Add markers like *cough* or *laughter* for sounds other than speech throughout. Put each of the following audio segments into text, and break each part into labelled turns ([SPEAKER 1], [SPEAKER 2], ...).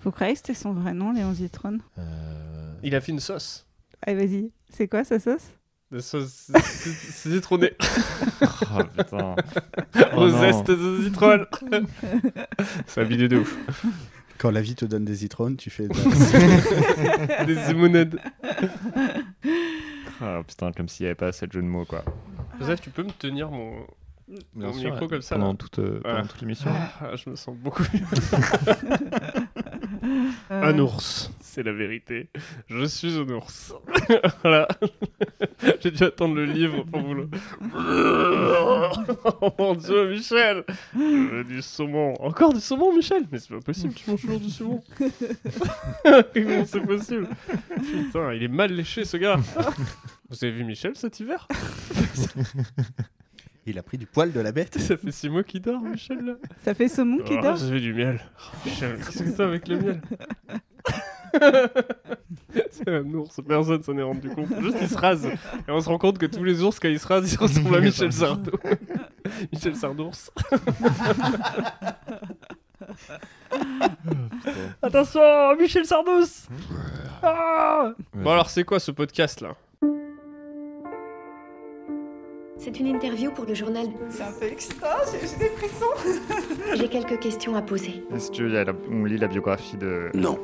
[SPEAKER 1] Vous croyez que c'était son vrai nom, Léon Zitrone
[SPEAKER 2] Euh,
[SPEAKER 3] Il a fait une sauce.
[SPEAKER 1] Allez, vas-y. C'est quoi sa
[SPEAKER 3] *laughs*
[SPEAKER 1] sauce
[SPEAKER 3] De sauce c'est citronné. *laughs*
[SPEAKER 2] oh, *laughs* putain.
[SPEAKER 3] Au
[SPEAKER 2] Oh, non.
[SPEAKER 3] zeste de
[SPEAKER 2] *laughs*
[SPEAKER 3] citron. C'est un vidéo de ouf.
[SPEAKER 4] Quand la vie te donne des citrons, tu fais. *laughs*
[SPEAKER 3] *laughs* Des limonades.
[SPEAKER 2] Oh, putain, comme s'il n'y avait pas assez de jeux de mots, quoi.
[SPEAKER 3] Joseph, tu peux me tenir mon,
[SPEAKER 2] Bien
[SPEAKER 3] mon
[SPEAKER 2] sûr,
[SPEAKER 3] micro comme ça là
[SPEAKER 2] Pendant toute, euh,
[SPEAKER 3] Voilà.
[SPEAKER 2] pendant toute l'émission.
[SPEAKER 3] Ah, Je me sens beaucoup mieux.
[SPEAKER 1] Euh,
[SPEAKER 3] Un ours, c'est la vérité. Je suis un ours. *laughs* voilà. J'ai dû attendre le livre pour vous le. *laughs* oh mon dieu, Michel Je veux du saumon. Encore du saumon, Michel Mais c'est pas possible, tu manges toujours du saumon. *laughs* Comment c'est possible Putain, il est mal léché ce *laughs* gars. Vous avez vu Michel cet hiver
[SPEAKER 4] Il a pris du poil de la
[SPEAKER 3] *laughs*
[SPEAKER 4] bête.
[SPEAKER 3] Ça fait six mois qu'il dort, Michel là.
[SPEAKER 1] Ça fait saumon qui
[SPEAKER 3] Ah,
[SPEAKER 1] dort
[SPEAKER 3] Ça fait du miel. Oh, Michel, qu'est-ce que c'est avec le *laughs* miel C'est un ours, personne s'en est rendu compte. Juste, il se rase. Et on se rend compte que tous les ours, quand ils se rasent, ils *laughs* ressemblent à Michel Sardou. Michel *laughs* Sardours. Oh, Attention, Michel Sardous Ah Bon, alors, c'est quoi ce podcast là
[SPEAKER 5] C'est une interview pour le journal.
[SPEAKER 6] C'est un peu excitant, j'ai j'ai des frissons.
[SPEAKER 5] J'ai quelques questions à poser.
[SPEAKER 2] Est-ce que y a la- on lit la biographie de.
[SPEAKER 7] Non,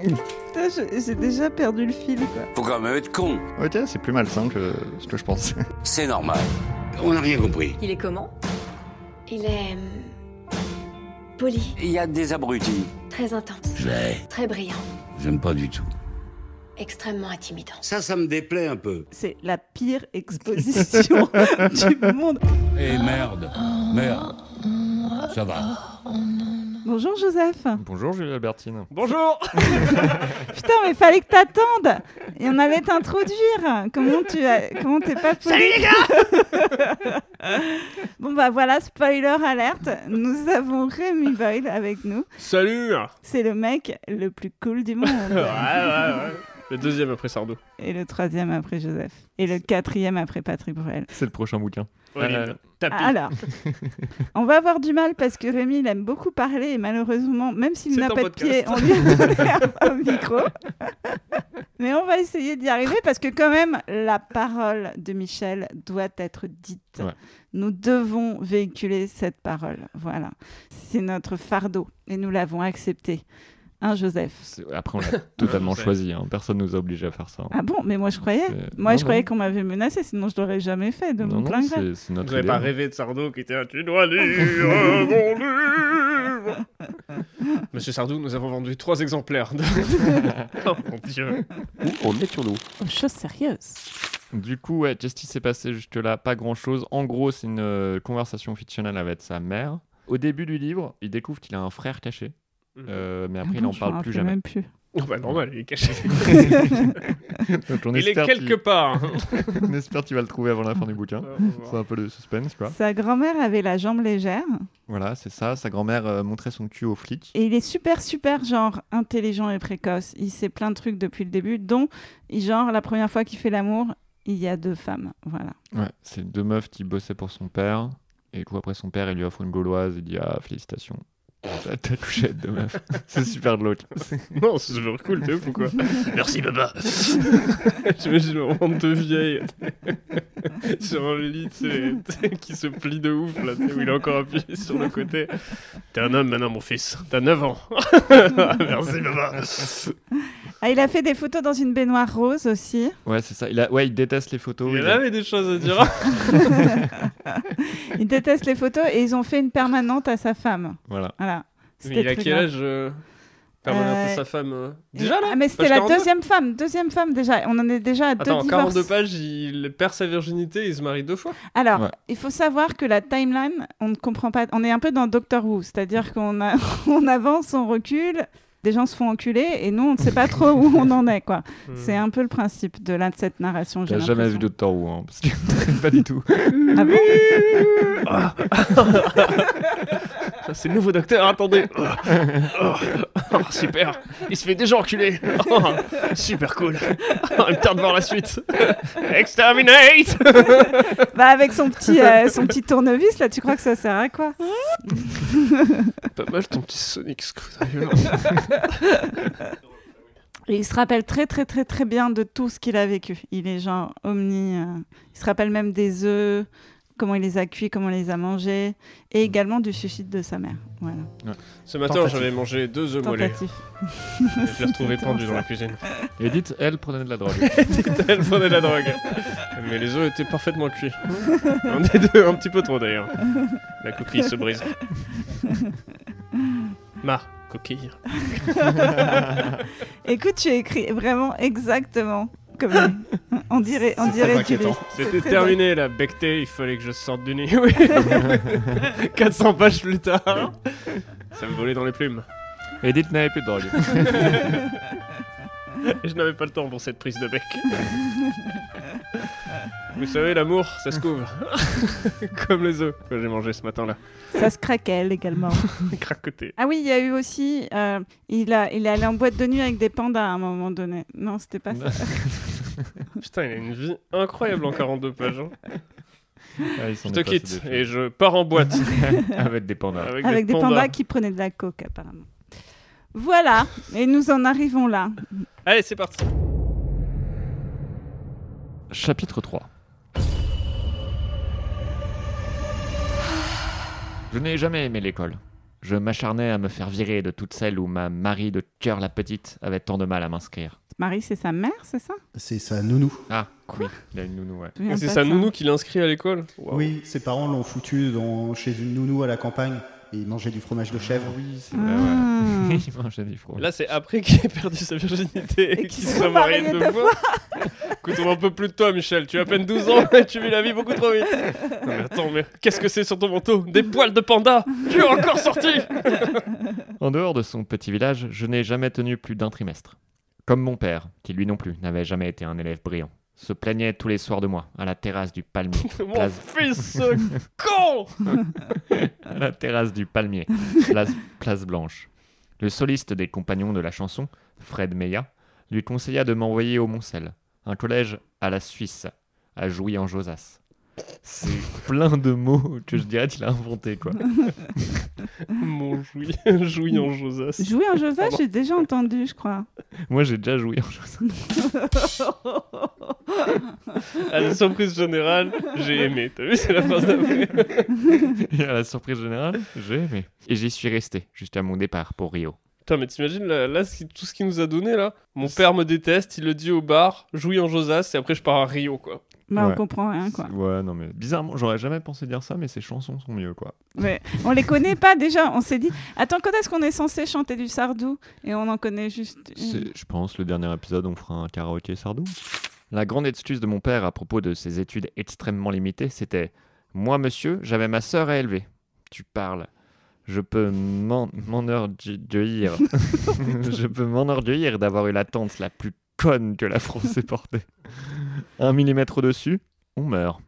[SPEAKER 1] Putain, je- j'ai déjà perdu le fil, quoi.
[SPEAKER 7] faut quand même être con.
[SPEAKER 2] Ok, c'est plus malsain que ce que je pensais.
[SPEAKER 7] C'est normal. On n'a rien compris.
[SPEAKER 6] Il est comment
[SPEAKER 5] Il est. hum, poli,
[SPEAKER 7] Il y a des abrutis.
[SPEAKER 5] très intense,
[SPEAKER 7] J'ai.
[SPEAKER 5] très brillant,
[SPEAKER 7] J'aime pas du tout.
[SPEAKER 5] extrêmement intimidant.
[SPEAKER 7] Ça, ça me déplaît un peu.
[SPEAKER 1] C'est la pire exposition du monde.
[SPEAKER 7] Eh merde. Merde. Ça va.
[SPEAKER 1] Bonjour, Joseph.
[SPEAKER 2] Bonjour, Julie Albertine.
[SPEAKER 3] Bonjour
[SPEAKER 1] Putain, mais fallait que t'attendes. Et on allait t'introduire. Comment tu as... Comment t'es pas poli Salut les gars *laughs* Bon bah voilà, spoiler alerte. Nous avons Rémi Boyle avec nous.
[SPEAKER 3] Salut
[SPEAKER 1] C'est le mec le plus cool du
[SPEAKER 3] Ouais, ouais,
[SPEAKER 1] monde.
[SPEAKER 3] ouais. Le deuxième après Sardou.
[SPEAKER 1] Et le troisième après Joseph. Et le quatrième après Patrick Bruel.
[SPEAKER 2] C'est le prochain bouquin.
[SPEAKER 3] Valide.
[SPEAKER 2] Ah,
[SPEAKER 3] Tapis.
[SPEAKER 2] *laughs*
[SPEAKER 1] Alors, on va avoir du mal parce que Rémi, il aime beaucoup parler et malheureusement, même s'il
[SPEAKER 3] C'est
[SPEAKER 1] n'a
[SPEAKER 3] un
[SPEAKER 1] pas de pied,
[SPEAKER 3] podcast.
[SPEAKER 1] on lui a donné *laughs* un- un micro. Mais on va essayer d'y arriver parce que quand même, la parole de Michel doit être dite.
[SPEAKER 2] Ouais.
[SPEAKER 1] Nous devons véhiculer cette parole. Voilà. C'est notre fardeau et nous l'avons accepté. Hein, Joseph
[SPEAKER 2] *laughs* C'est- Après, on l'a *laughs* totalement
[SPEAKER 3] c'est-
[SPEAKER 2] choisi. Hein. Personne nous a obligés à faire ça. hein.
[SPEAKER 1] Ah bon Mais moi, je croyais.
[SPEAKER 2] C'est-
[SPEAKER 1] Moi,
[SPEAKER 2] non,
[SPEAKER 1] je croyais
[SPEAKER 2] non.
[SPEAKER 1] qu'on m'avait menacé, sinon je l'aurais jamais fait de
[SPEAKER 2] Non,
[SPEAKER 1] mon
[SPEAKER 2] non,
[SPEAKER 1] plein gré.
[SPEAKER 2] c'est- c'est notre
[SPEAKER 3] Vous n'avez
[SPEAKER 2] idée.
[SPEAKER 3] pas rêvé de Sardou qui était un tu dois lire mon livre Monsieur Sardou, nous avons vendu trois exemplaires. De... *laughs* oh mon dieu
[SPEAKER 7] on est sur nous.
[SPEAKER 1] Chose sérieuse.
[SPEAKER 2] Du coup, ouais, qu'est-ce qui s'est passé jusque-là Pas grand-chose. En gros, c'est une euh, conversation fictionnelle avec sa mère. Au début du livre, il découvre qu'il a un frère caché, euh, mais après,
[SPEAKER 1] Ah
[SPEAKER 2] il
[SPEAKER 1] bon,
[SPEAKER 2] n'en
[SPEAKER 1] je
[SPEAKER 2] parle
[SPEAKER 1] m'en
[SPEAKER 2] plus
[SPEAKER 1] rappelais
[SPEAKER 2] jamais.
[SPEAKER 1] même plus.
[SPEAKER 3] Oh bah normal, il est caché.
[SPEAKER 2] Donc, on
[SPEAKER 3] il est
[SPEAKER 2] espère
[SPEAKER 3] quelque
[SPEAKER 2] qu'il- *laughs*
[SPEAKER 3] part
[SPEAKER 2] on espère qu'il va le trouver avant la fin du bouquin. C'est un peu le suspense, quoi.
[SPEAKER 1] Sa grand-mère avait la jambe légère
[SPEAKER 2] Voilà, c'est ça. Sa grand-mère euh, montrait son cul aux flics.
[SPEAKER 1] et il est super super genre intelligent et précoce. Il sait plein de trucs depuis le début, dont genre la première fois qu'il fait l'amour, il y a deux femmes. Voilà.
[SPEAKER 2] Ouais, c'est deux meufs qui bossaient pour son père. Et du coup, après, son père, il lui offre une gauloise. Il dit Ah, félicitations. T'as t'as couché avec deux meufs. c'est super de l'autre.
[SPEAKER 3] *laughs* Non, c'est super cool, de ouf ou quoi *laughs* Merci papa *laughs* J'imagine un moment de vieille *laughs* sur un lit tu sais, tu sais, qui se plie de ouf, là, tu sais, où il est encore appuyé sur le côté. T'es un homme maintenant, mon fils. T'as 9 ans. *laughs* Merci papa
[SPEAKER 1] Ah, il a fait des photos dans une baignoire rose
[SPEAKER 3] *laughs*
[SPEAKER 1] aussi.
[SPEAKER 2] Ouais, c'est ça. Il a... Ouais, il déteste les photos.
[SPEAKER 3] Il
[SPEAKER 2] il
[SPEAKER 3] en
[SPEAKER 2] a-
[SPEAKER 3] avait des choses à dire.
[SPEAKER 1] *laughs* Il déteste les photos et ils ont fait une permanente à sa femme.
[SPEAKER 2] Voilà.
[SPEAKER 1] Voilà. C'était
[SPEAKER 3] Mais il a
[SPEAKER 1] très
[SPEAKER 3] quel
[SPEAKER 1] grave.
[SPEAKER 3] âge euh, permanente de
[SPEAKER 1] Euh,
[SPEAKER 3] sa femme euh
[SPEAKER 1] Et-
[SPEAKER 3] Déjà là
[SPEAKER 1] Ah, Mais c'était
[SPEAKER 3] Page
[SPEAKER 1] la
[SPEAKER 3] 42?
[SPEAKER 1] deuxième femme, deuxième femme déjà. On en est déjà à
[SPEAKER 3] Attends,
[SPEAKER 1] deux
[SPEAKER 3] en
[SPEAKER 1] divorces.
[SPEAKER 3] 42 pages, il perd sa virginité et il se marie deux fois.
[SPEAKER 1] Alors,
[SPEAKER 2] Ouais.
[SPEAKER 1] il faut savoir que la timeline, on ne comprend pas. On est un peu dans Doctor Who, c'est-à-dire qu'on a- *laughs* on avance, on recule. Des gens se font enculer et nous, on ne sait pas trop où on en est, quoi. C'est un peu le principe de, la- de cette narration. j'ai
[SPEAKER 2] T'as jamais vu
[SPEAKER 1] l'impression.
[SPEAKER 2] de Who, hein, parce *laughs* que pas du tout.
[SPEAKER 1] Ah bon
[SPEAKER 3] Ça, C'est le nouveau docteur, attendez. *laughs* Oh, oh, oh, super. Il se fait déjà enculer. Oh, super cool. Oh, il me tarde de voir la suite. Exterminate
[SPEAKER 1] Bah, avec son petit, euh, son petit tournevis, là, tu crois que ça sert à quoi
[SPEAKER 3] Pas mal ton petit Sonic Screwdriver.
[SPEAKER 1] Et il se rappelle très, très, très, très bien de tout ce qu'il a vécu. Il est genre omni. euh, il se rappelle même des œufs, comment il les a cuits, comment il les a mangés,
[SPEAKER 2] Hmm.
[SPEAKER 1] et également du suicide de sa mère. Voilà.
[SPEAKER 3] Ce matin,
[SPEAKER 4] Tentative.
[SPEAKER 3] j'avais mangé deux œufs mollets.
[SPEAKER 1] Tentatif.
[SPEAKER 3] Je l'ai
[SPEAKER 1] *laughs*
[SPEAKER 3] retrouvé pendu dans la cuisine. *laughs*
[SPEAKER 8] Edith, elle, prenait de la drogue.
[SPEAKER 3] Elle prenait de la drogue. Mais les œufs étaient parfaitement cuits. Un des deux, un petit peu trop d'ailleurs. La coquille se brise. Ma coquille.
[SPEAKER 1] *laughs* Écoute, tu as écrit vraiment exactement comme lui. On dirait, on
[SPEAKER 4] très
[SPEAKER 1] dirait du
[SPEAKER 4] inquiétant.
[SPEAKER 3] C'était
[SPEAKER 1] très
[SPEAKER 3] terminé la bectée, il fallait que je sorte du nid. *laughs* Oui. 400 pages plus tard. Ça me volait dans les plumes.
[SPEAKER 8] Edith n'avait plus de drogue.
[SPEAKER 3] Et je n'avais pas le temps pour cette prise de *laughs* bec. Vous savez, l'amour, ça se couvre. *laughs* Comme les œufs que j'ai mangé ce matin-là. *laughs*
[SPEAKER 1] Ça se craquelle également.
[SPEAKER 3] Cracoté.
[SPEAKER 1] Ah oui, il y a eu aussi. euh, il, a, il est allé en boîte de nuit avec des pandas à un moment donné. Non, c'était pas ça.
[SPEAKER 3] Putain, il a une vie incroyable en 42 pages. hein.
[SPEAKER 8] Ah, ils
[SPEAKER 3] Je
[SPEAKER 8] s'en
[SPEAKER 3] te
[SPEAKER 8] est passé
[SPEAKER 3] quitte
[SPEAKER 8] des
[SPEAKER 3] et je pars en *laughs* boîte.
[SPEAKER 2] *laughs*
[SPEAKER 8] choses. Avec des pandas.
[SPEAKER 3] Avec,
[SPEAKER 1] Avec des pandas. qui prenaient de la coke, apparemment. Voilà, et nous en arrivons là.
[SPEAKER 3] Allez, c'est parti.
[SPEAKER 8] Chapitre 3. Je n'ai jamais aimé l'école. Je m'acharnais à me faire virer de toutes celles où ma Marie de cœur la petite avait tant de mal à m'inscrire.
[SPEAKER 1] Marie, c'est sa mère, c'est ça
[SPEAKER 4] C'est sa nounou.
[SPEAKER 8] Ah, quoi Il a une nounou, ouais.
[SPEAKER 1] Je me souviens
[SPEAKER 3] C'est
[SPEAKER 1] pas
[SPEAKER 3] sa
[SPEAKER 1] de ça.
[SPEAKER 3] nounou qui l'inscrit à l'école Waouh.
[SPEAKER 4] Oui, ses parents l'ont foutu dans... chez une nounou à la campagne. Et il mangeait du fromage de chèvre.
[SPEAKER 8] Oui, c'est
[SPEAKER 1] Ah.
[SPEAKER 8] vrai, ouais. *laughs* Il mangeait du fromage.
[SPEAKER 3] Là, c'est après qu'il ait perdu sa virginité et,
[SPEAKER 1] Et
[SPEAKER 3] qu'il
[SPEAKER 1] qu'ils
[SPEAKER 3] se
[SPEAKER 1] se
[SPEAKER 3] soit
[SPEAKER 1] sont
[SPEAKER 3] marié
[SPEAKER 1] mariés
[SPEAKER 3] deux
[SPEAKER 1] deux
[SPEAKER 3] fois. *laughs* Écoute, on en peut plus de toi, Michel. Tu as à peine 12 ans et tu vis la vie beaucoup trop vite. Non, mais attends, mais qu'est-ce que c'est sur ton manteau Des poils de panda Tu es encore sorti
[SPEAKER 8] En dehors de son petit village, je n'ai jamais tenu plus d'un trimestre. Comme mon père, qui lui non plus n'avait jamais été un élève brillant, se plaignait tous les soirs de moi, à la terrasse du palmier.
[SPEAKER 3] Mon
[SPEAKER 8] Place-
[SPEAKER 3] fils, ce con
[SPEAKER 8] à *laughs* la terrasse du palmier, place, place Blanche. Le soliste des compagnons de la chanson, Fred Meya, lui conseilla de m'envoyer au Moncel, un collège à la Suisse, à Jouy en Josas. C'est plein de mots que je dirais qu'il a inventé quoi.
[SPEAKER 3] Mon *laughs* joui, joui en *laughs* Josas.
[SPEAKER 1] Ah. Jouer un Joseph,
[SPEAKER 3] Pardon.
[SPEAKER 1] j'ai déjà entendu, je crois.
[SPEAKER 8] Moi j'ai déjà joué en Josas.
[SPEAKER 3] À la surprise générale, j'ai aimé. T'as vu, c'est la phrase d'après.
[SPEAKER 8] Et à la surprise générale, j'ai aimé. Et j'y suis resté jusqu'à mon départ pour Rio.
[SPEAKER 3] Putain, mais t'imagines là, là, ce qui- tout ce qu'il nous a donné là Mon père me déteste, il le dit au bar, jouis en Josas et après je pars à Rio quoi.
[SPEAKER 1] Bah,
[SPEAKER 8] Ouais.
[SPEAKER 1] on comprend rien, quoi.
[SPEAKER 8] Ouais, non mais bizarrement, j'aurais jamais pensé dire ça, mais ces chansons sont mieux quoi.
[SPEAKER 1] Mais on les connaît pas déjà. On s'est dit, attends, quand est-ce qu'on est censé chanter du sardou Et on en connaît juste. une.
[SPEAKER 8] C'est- Je pense le dernier épisode, on fera un karaoké sardou. La grande excuse de mon père à propos de ses études extrêmement limitées, c'était Moi, monsieur, j'avais ma sœur à élever. Tu parles. Je peux m'en- m'enorgueillir. *laughs* Je peux m'enorgueillir d'avoir eu la tante la plus conne que la France ait portée. Un millimètre au-dessus, on meurt.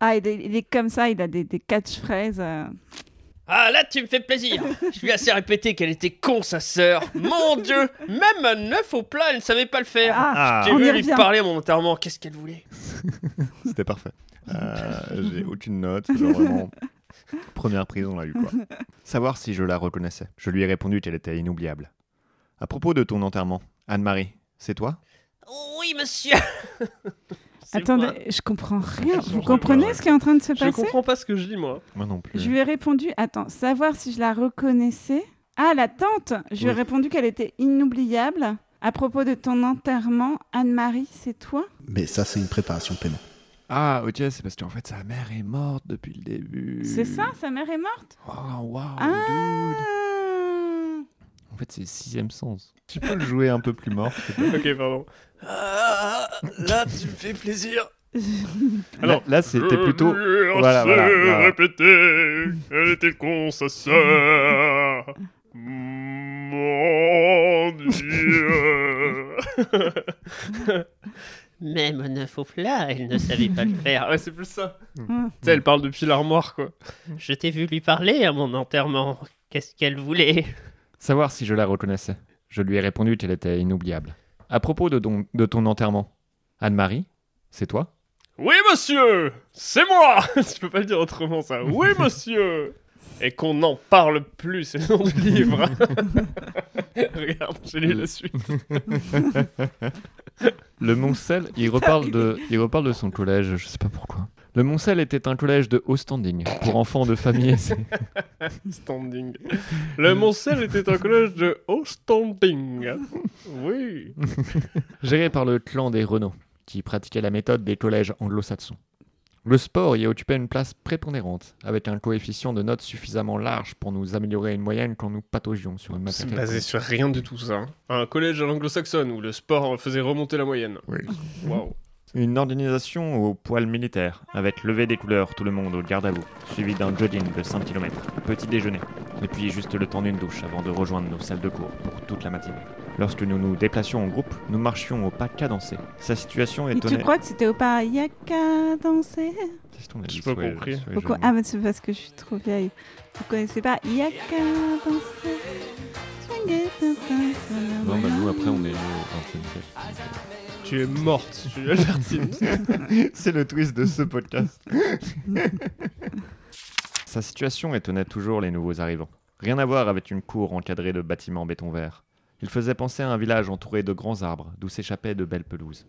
[SPEAKER 1] Ah, il est, il est comme ça, il a des, des catchphrases. euh.
[SPEAKER 3] Ah là, tu me fais plaisir Je lui ai assez répété qu'elle était con sa sœur. Mon dieu Même un neuf au plat, elle ne savait pas le faire.
[SPEAKER 1] Ah,
[SPEAKER 3] J'ai
[SPEAKER 1] on
[SPEAKER 3] vu
[SPEAKER 1] y
[SPEAKER 3] lui
[SPEAKER 1] revient.
[SPEAKER 3] parler à mon enterrement, qu'est-ce qu'elle voulait
[SPEAKER 8] C'était parfait. Euh, J'ai aucune note, genre vraiment. *laughs* Première prise, on l'a eu quoi. *laughs* Savoir si je la reconnaissais. Je lui ai répondu qu'elle était inoubliable. À propos de ton enterrement, Anne-Marie, c'est toi
[SPEAKER 3] Oui, monsieur
[SPEAKER 1] *laughs*
[SPEAKER 3] C'est
[SPEAKER 1] Attendez,
[SPEAKER 3] moi.
[SPEAKER 1] je comprends rien.
[SPEAKER 3] Je
[SPEAKER 1] Vous
[SPEAKER 3] comprends
[SPEAKER 1] comprenez
[SPEAKER 8] pas.
[SPEAKER 1] ce qui est en train de se
[SPEAKER 3] Je
[SPEAKER 1] passer
[SPEAKER 3] comprends pas ce que je lis moi.
[SPEAKER 1] *laughs*
[SPEAKER 8] Moi non plus.
[SPEAKER 1] Je lui ai répondu, attends, savoir si je la reconnaissais. Ah, la tante Je lui ai
[SPEAKER 8] Oui.
[SPEAKER 1] répondu qu'elle était inoubliable. À propos de ton enterrement, Anne-Marie, c'est toi
[SPEAKER 4] Mais ça, c'est une préparation de paiement.
[SPEAKER 8] Ah, ok, c'est parce qu'en fait, sa mère est morte depuis le début.
[SPEAKER 1] C'est ça Sa mère est morte
[SPEAKER 8] Oh, waouh, dude.
[SPEAKER 1] Ah
[SPEAKER 8] En fait, c'est sixième sens. Tu peux le jouer un peu plus mort. s'il te plaît
[SPEAKER 3] Ok, pardon. Ah, là, tu me fais plaisir.
[SPEAKER 8] Là, là, c'était plutôt. Voilà, voilà, voilà.
[SPEAKER 3] répété, elle était con, sa sœur. Mon Dieu.
[SPEAKER 9] Même un œuf au plat, elle ne savait pas le faire.
[SPEAKER 3] Ah ouais, c'est plus ça.
[SPEAKER 1] Mm. *laughs*
[SPEAKER 8] *laughs*
[SPEAKER 3] Tu sais, elle parle depuis l'armoire, quoi.
[SPEAKER 9] Je t'ai vu lui parler à mon enterrement.
[SPEAKER 3] Qu'est-ce qu'elle voulait
[SPEAKER 8] Savoir si je la reconnaissais. Je lui ai répondu qu'elle était inoubliable. À propos de, ton- de ton enterrement, Anne-Marie, c'est toi
[SPEAKER 10] Oui, monsieur C'est moi *laughs* Tu peux pas le dire autrement, ça. Oui, monsieur Et qu'on n'en parle plus, c'est *laughs* le nom du
[SPEAKER 3] *laughs*
[SPEAKER 10] livre. Regarde, j'ai lu la suite.
[SPEAKER 8] Le Moncel, il reparle de, il reparle de son collège, je sais pas pourquoi. Le Moncel était un collège de haut standing pour enfants de famille aisée.
[SPEAKER 10] Standing. Le Moncel était un collège de haut standing. Oui.
[SPEAKER 8] géré par le clan des Renault, qui pratiquait la méthode des collèges anglo-saxons. Le sport y occupait une place prépondérante, avec un coefficient de notes suffisamment large pour nous améliorer une moyenne quand nous pataugions sur une matière.
[SPEAKER 10] C'est basé sur rien du tout, ça. hein. Un collège à l'anglo-saxonne où le sport faisait remonter la moyenne.
[SPEAKER 8] Oui.
[SPEAKER 10] Waouh. *laughs*
[SPEAKER 8] Une organisation au poil militaire, avec lever des couleurs tout le monde au garde à vous, suivi d'un jogging de 5 km, petit déjeuner, et puis juste le temps d'une douche avant de rejoindre nos salles de cours pour toute la matinée. Lorsque nous nous déplacions en groupe, nous marchions au pas cadencé. Sa situation
[SPEAKER 1] Et tu
[SPEAKER 8] étonnait.
[SPEAKER 1] crois que c'était au Parayaka danser
[SPEAKER 8] Qu'est-ce qu'on a
[SPEAKER 10] J'ai
[SPEAKER 8] dit,
[SPEAKER 10] pas
[SPEAKER 8] soyez-
[SPEAKER 10] compris.
[SPEAKER 8] soyez
[SPEAKER 1] Pourquoi
[SPEAKER 8] jeunes.
[SPEAKER 1] Ah, mais c'est parce que je suis trop vieille. Vous connaissez pas Yaka danser Swinguer, danser, swinguer,
[SPEAKER 8] Non, bah nous après on est
[SPEAKER 10] Tu es morte, tu es alertine.
[SPEAKER 8] *laughs* C'est le twist de ce podcast. *laughs* Sa situation étonnait toujours les nouveaux arrivants. Rien à voir avec une cour encadrée de bâtiments en béton vert. Il faisait penser à un village entouré de grands arbres, d'où s'échappaient de belles pelouses.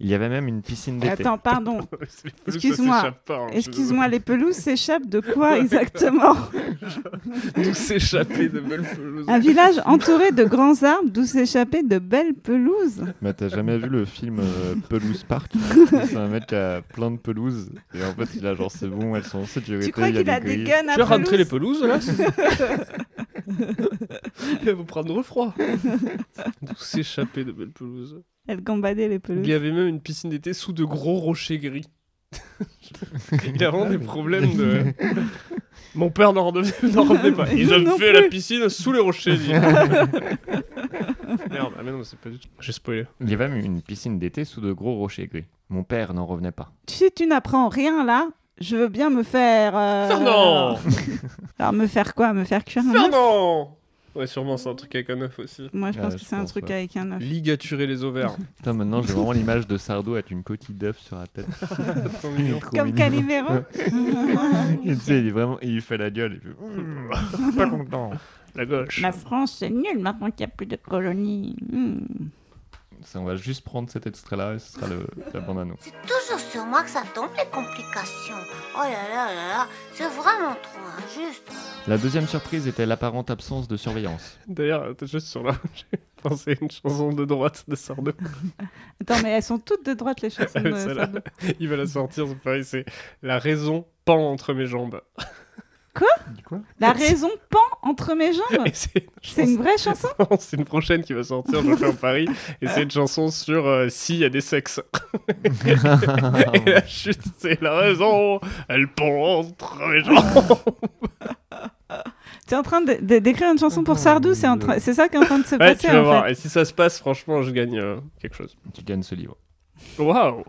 [SPEAKER 8] Il y avait même une piscine d'été.
[SPEAKER 1] Attends,
[SPEAKER 8] *laughs*
[SPEAKER 1] pardon.
[SPEAKER 10] C'est- ça
[SPEAKER 1] Excuse-moi.
[SPEAKER 10] s'échappe pas, hein, je suis
[SPEAKER 1] Excuse-moi, les pelouses s'échappent de quoi exactement
[SPEAKER 10] *laughs* désolé. Nous s'échapper de belles pelouses.
[SPEAKER 1] Un village entouré de grands arbres d'où s'échappaient de belles pelouses
[SPEAKER 8] Mais t'as jamais vu le film *laughs* euh, Pelouse Park C'est un mec qui a plein de pelouses et en fait il a genre c'est bon, elles sont en sécurité.
[SPEAKER 1] Tu crois
[SPEAKER 8] il y
[SPEAKER 1] qu'il a
[SPEAKER 8] grilles.
[SPEAKER 1] des guns à
[SPEAKER 10] Tu as rentré les
[SPEAKER 1] pelouses
[SPEAKER 10] pelouses là *laughs* Elles vont prendre froid. *laughs* D'où s'échapper de belles pelouses.
[SPEAKER 1] Elles gambadaient les
[SPEAKER 10] Il
[SPEAKER 1] pelouses.
[SPEAKER 10] y avait même une piscine d'été sous de gros rochers gris. *laughs* Il a vraiment des problèmes de. *laughs* Mon père n'en revenait, n'en
[SPEAKER 1] *laughs*
[SPEAKER 10] revenait pas. Ils
[SPEAKER 1] Non
[SPEAKER 10] ont fait
[SPEAKER 1] plus.
[SPEAKER 10] la piscine sous les rochers.
[SPEAKER 1] *laughs*
[SPEAKER 10] dis. Merde, ah mais non, mais c'est pas du tout. J'ai
[SPEAKER 1] Euh,
[SPEAKER 10] spoilé.
[SPEAKER 8] Il y avait même une piscine d'été sous de gros rochers gris. Mon père n'en revenait pas.
[SPEAKER 1] Si tu n'apprends rien là, je veux bien me faire. euh,
[SPEAKER 10] Fernand
[SPEAKER 1] Alors me faire quoi Me faire cuire un œuf
[SPEAKER 10] Fernand Ouais, sûrement, c'est un truc avec un œuf aussi.
[SPEAKER 1] Moi je
[SPEAKER 8] Ah,
[SPEAKER 1] pense
[SPEAKER 8] je
[SPEAKER 1] que c'est un
[SPEAKER 8] pense,
[SPEAKER 1] truc
[SPEAKER 8] ouais.
[SPEAKER 1] avec un œuf.
[SPEAKER 10] Ligaturer les ovaires.
[SPEAKER 8] Putain, maintenant j'ai vraiment l'image de Sardo avec une coquille d'œuf sur la tête.
[SPEAKER 10] Trop
[SPEAKER 8] *laughs*
[SPEAKER 10] mignon.
[SPEAKER 1] Comme Calimero
[SPEAKER 8] Et tu sais, il est vraiment, il fait la gueule. il fait, Mmh, pas content.
[SPEAKER 10] La gauche.
[SPEAKER 1] La France c'est nul maintenant qu'il n'y a plus de colonies. Hmm.
[SPEAKER 8] Ça, on va juste prendre cet extrait-là et ce sera le, la bande annonce.
[SPEAKER 11] C'est toujours sur moi que ça tombe les complications. Oh là là là là, c'est vraiment trop injuste.
[SPEAKER 8] La deuxième surprise était l'apparente absence de surveillance.
[SPEAKER 10] D'ailleurs, t'es juste sur là. J'ai pensé à une chanson de droite
[SPEAKER 1] *laughs*
[SPEAKER 10] de Sardo.
[SPEAKER 1] Attends mais elles sont toutes de droite les chansons
[SPEAKER 10] Ah
[SPEAKER 1] de
[SPEAKER 10] oui, celle-là.
[SPEAKER 1] Sardou.
[SPEAKER 10] Il va la sortir, c'est pareil. C'est la raison pend entre mes jambes.
[SPEAKER 8] Quoi
[SPEAKER 1] La raison pend entre mes jambes
[SPEAKER 10] *laughs* Et c'est
[SPEAKER 1] Ah. C'est une vraie chanson
[SPEAKER 10] Non, *laughs* c'est une prochaine qui va sortir, je le fais en Paris, et c'est une chanson sur euh, s'il y a des sexes. *laughs* et la chute, c'est la raison, elle pend entre mes
[SPEAKER 1] *laughs*
[SPEAKER 10] jambes.
[SPEAKER 1] Tu es en train de- de- d'écrire une chanson pour Sardou, c'est en train- c'est ça qui est en train de se
[SPEAKER 10] Ouais,
[SPEAKER 1] passer
[SPEAKER 10] tu vas
[SPEAKER 1] en
[SPEAKER 10] voir,
[SPEAKER 1] fait.
[SPEAKER 10] et si ça se passe, franchement, je gagne euh, quelque chose.
[SPEAKER 8] Tu gagnes ce livre.
[SPEAKER 10] Waouh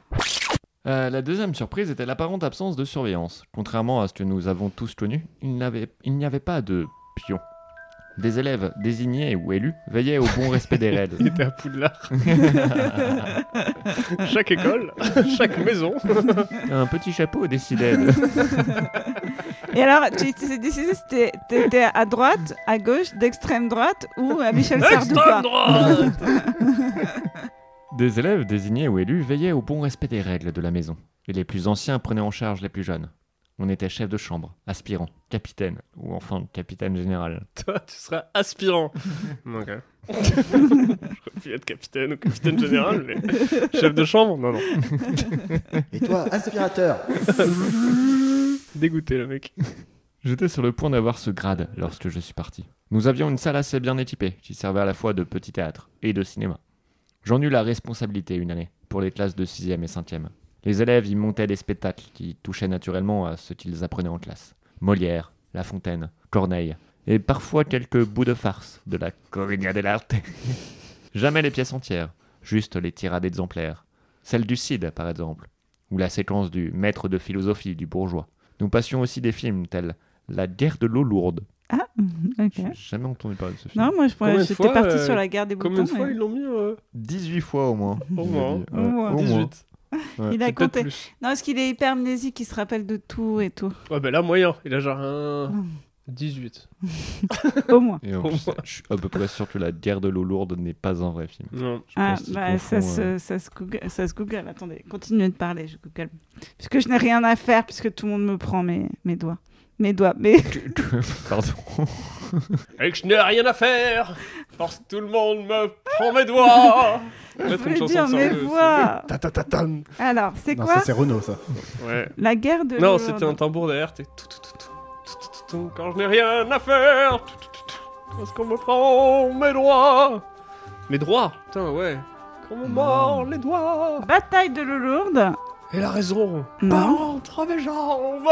[SPEAKER 8] Euh, la deuxième surprise était l'apparente absence de surveillance. Contrairement à ce que nous avons tous connu, il, n'avait- il n'y avait pas de pion. Des élèves désignés ou élus veillaient au bon respect des
[SPEAKER 10] Il
[SPEAKER 8] règles.
[SPEAKER 10] était
[SPEAKER 1] *laughs*
[SPEAKER 10] à Poudlard. chaque école, chaque maison.
[SPEAKER 1] *laughs*
[SPEAKER 8] Un petit chapeau décidait de...
[SPEAKER 1] Et alors, tu tu t'es décidé si t'es- t'étais à droite, à gauche, d'extrême droite ou à Michel Sardou quoi.
[SPEAKER 10] Extrême droite
[SPEAKER 8] Des élèves désignés ou élus veillaient au bon respect des règles de la maison, et les plus anciens prenaient en charge les plus jeunes. On était chef de chambre, aspirant, capitaine, ou enfin capitaine général.
[SPEAKER 10] Toi, tu seras aspirant. *laughs* Ok. J'aurais pu être capitaine ou capitaine général, mais chef de chambre, non, non.
[SPEAKER 4] Et toi, aspirateur
[SPEAKER 10] Dégoûté, le mec.
[SPEAKER 8] J'étais sur le point d'avoir ce grade lorsque je suis parti. Nous avions une salle assez bien équipée, qui servait à la fois de petit théâtre et de cinéma. J'en eus la responsabilité une année, pour les classes de 6e et 5e. Les élèves y montaient des spectacles qui touchaient naturellement à ce qu'ils apprenaient en classe. Molière, La Fontaine, Corneille, et parfois quelques bouts de farce de la Corrigna dell'arte. *laughs* Jamais les pièces entières, juste les tirades exemplaires. Celle du Cid, par exemple, ou la séquence du maître de philosophie du bourgeois. Nous passions aussi des films tels La guerre de l'eau lourde,
[SPEAKER 1] Ah. Ok.
[SPEAKER 8] J'ai jamais entendu parler de ce film.
[SPEAKER 1] Non, moi, je-
[SPEAKER 10] Combien de
[SPEAKER 1] j'étais
[SPEAKER 10] fois,
[SPEAKER 1] partie
[SPEAKER 10] euh,
[SPEAKER 1] sur la guerre des
[SPEAKER 10] Combien
[SPEAKER 1] boutons.
[SPEAKER 10] de fois
[SPEAKER 1] mais-
[SPEAKER 10] ils l'ont mis euh,
[SPEAKER 8] 18 fois au moins. il l'a
[SPEAKER 10] moins,
[SPEAKER 8] dit.
[SPEAKER 1] hein. Au moins.
[SPEAKER 8] Au moins.
[SPEAKER 10] 18.
[SPEAKER 1] Il a
[SPEAKER 10] C'est peut-être
[SPEAKER 1] compté.
[SPEAKER 10] plus.
[SPEAKER 1] Non, parce qu'il est hyper amnésique, il se rappelle de tout et
[SPEAKER 10] *laughs*
[SPEAKER 1] tout.
[SPEAKER 10] Ouais, bah là, moyen. Il a genre
[SPEAKER 1] Mmh.
[SPEAKER 10] un. 18.
[SPEAKER 1] Au moins.
[SPEAKER 8] Et en
[SPEAKER 10] Au
[SPEAKER 8] plus,
[SPEAKER 10] moins.
[SPEAKER 8] je suis à peu près sûr que La guerre de l'eau lourde n'est pas un vrai film.
[SPEAKER 10] Non.
[SPEAKER 8] Je
[SPEAKER 1] Ah,
[SPEAKER 8] pense qu'ils
[SPEAKER 1] bah, ça,
[SPEAKER 8] confondent,
[SPEAKER 1] se,
[SPEAKER 8] euh, *laughs*
[SPEAKER 1] ça, se google, ça se google. Attendez, continuez de parler, je google. Puisque je n'ai rien à faire, puisque tout le monde me prend mes, mes doigts. Mes doigts, mais
[SPEAKER 8] Pardon.
[SPEAKER 10] Et que je n'ai rien à faire Parce que tout le monde me prend mes
[SPEAKER 1] *laughs*
[SPEAKER 10] doigts
[SPEAKER 1] je
[SPEAKER 10] Mettre une
[SPEAKER 1] voulais
[SPEAKER 10] chanson
[SPEAKER 1] dire
[SPEAKER 10] sur
[SPEAKER 1] mes
[SPEAKER 10] le-
[SPEAKER 1] voix.
[SPEAKER 4] Eh,
[SPEAKER 10] Ta ta ta tan.
[SPEAKER 1] Alors, c'est
[SPEAKER 4] Non,
[SPEAKER 1] quoi
[SPEAKER 4] ça c'est Renault ça.
[SPEAKER 10] Ouais.
[SPEAKER 1] La guerre de
[SPEAKER 10] Non,
[SPEAKER 1] l'eau
[SPEAKER 10] c'était un
[SPEAKER 1] lourde.
[SPEAKER 10] tambour derrière, t'es tout, tout, tout, tout, tout, tout, tout, tout, quand je n'ai rien à faire, tout, tout, tout, tout, parce qu'on me prend mes droits. Mes droits Putain, ouais. Qu'on me mord les doigts.
[SPEAKER 1] Bataille de l'eau lourde.
[SPEAKER 10] Et la raison, pas
[SPEAKER 1] Non.
[SPEAKER 10] entre mes jambes.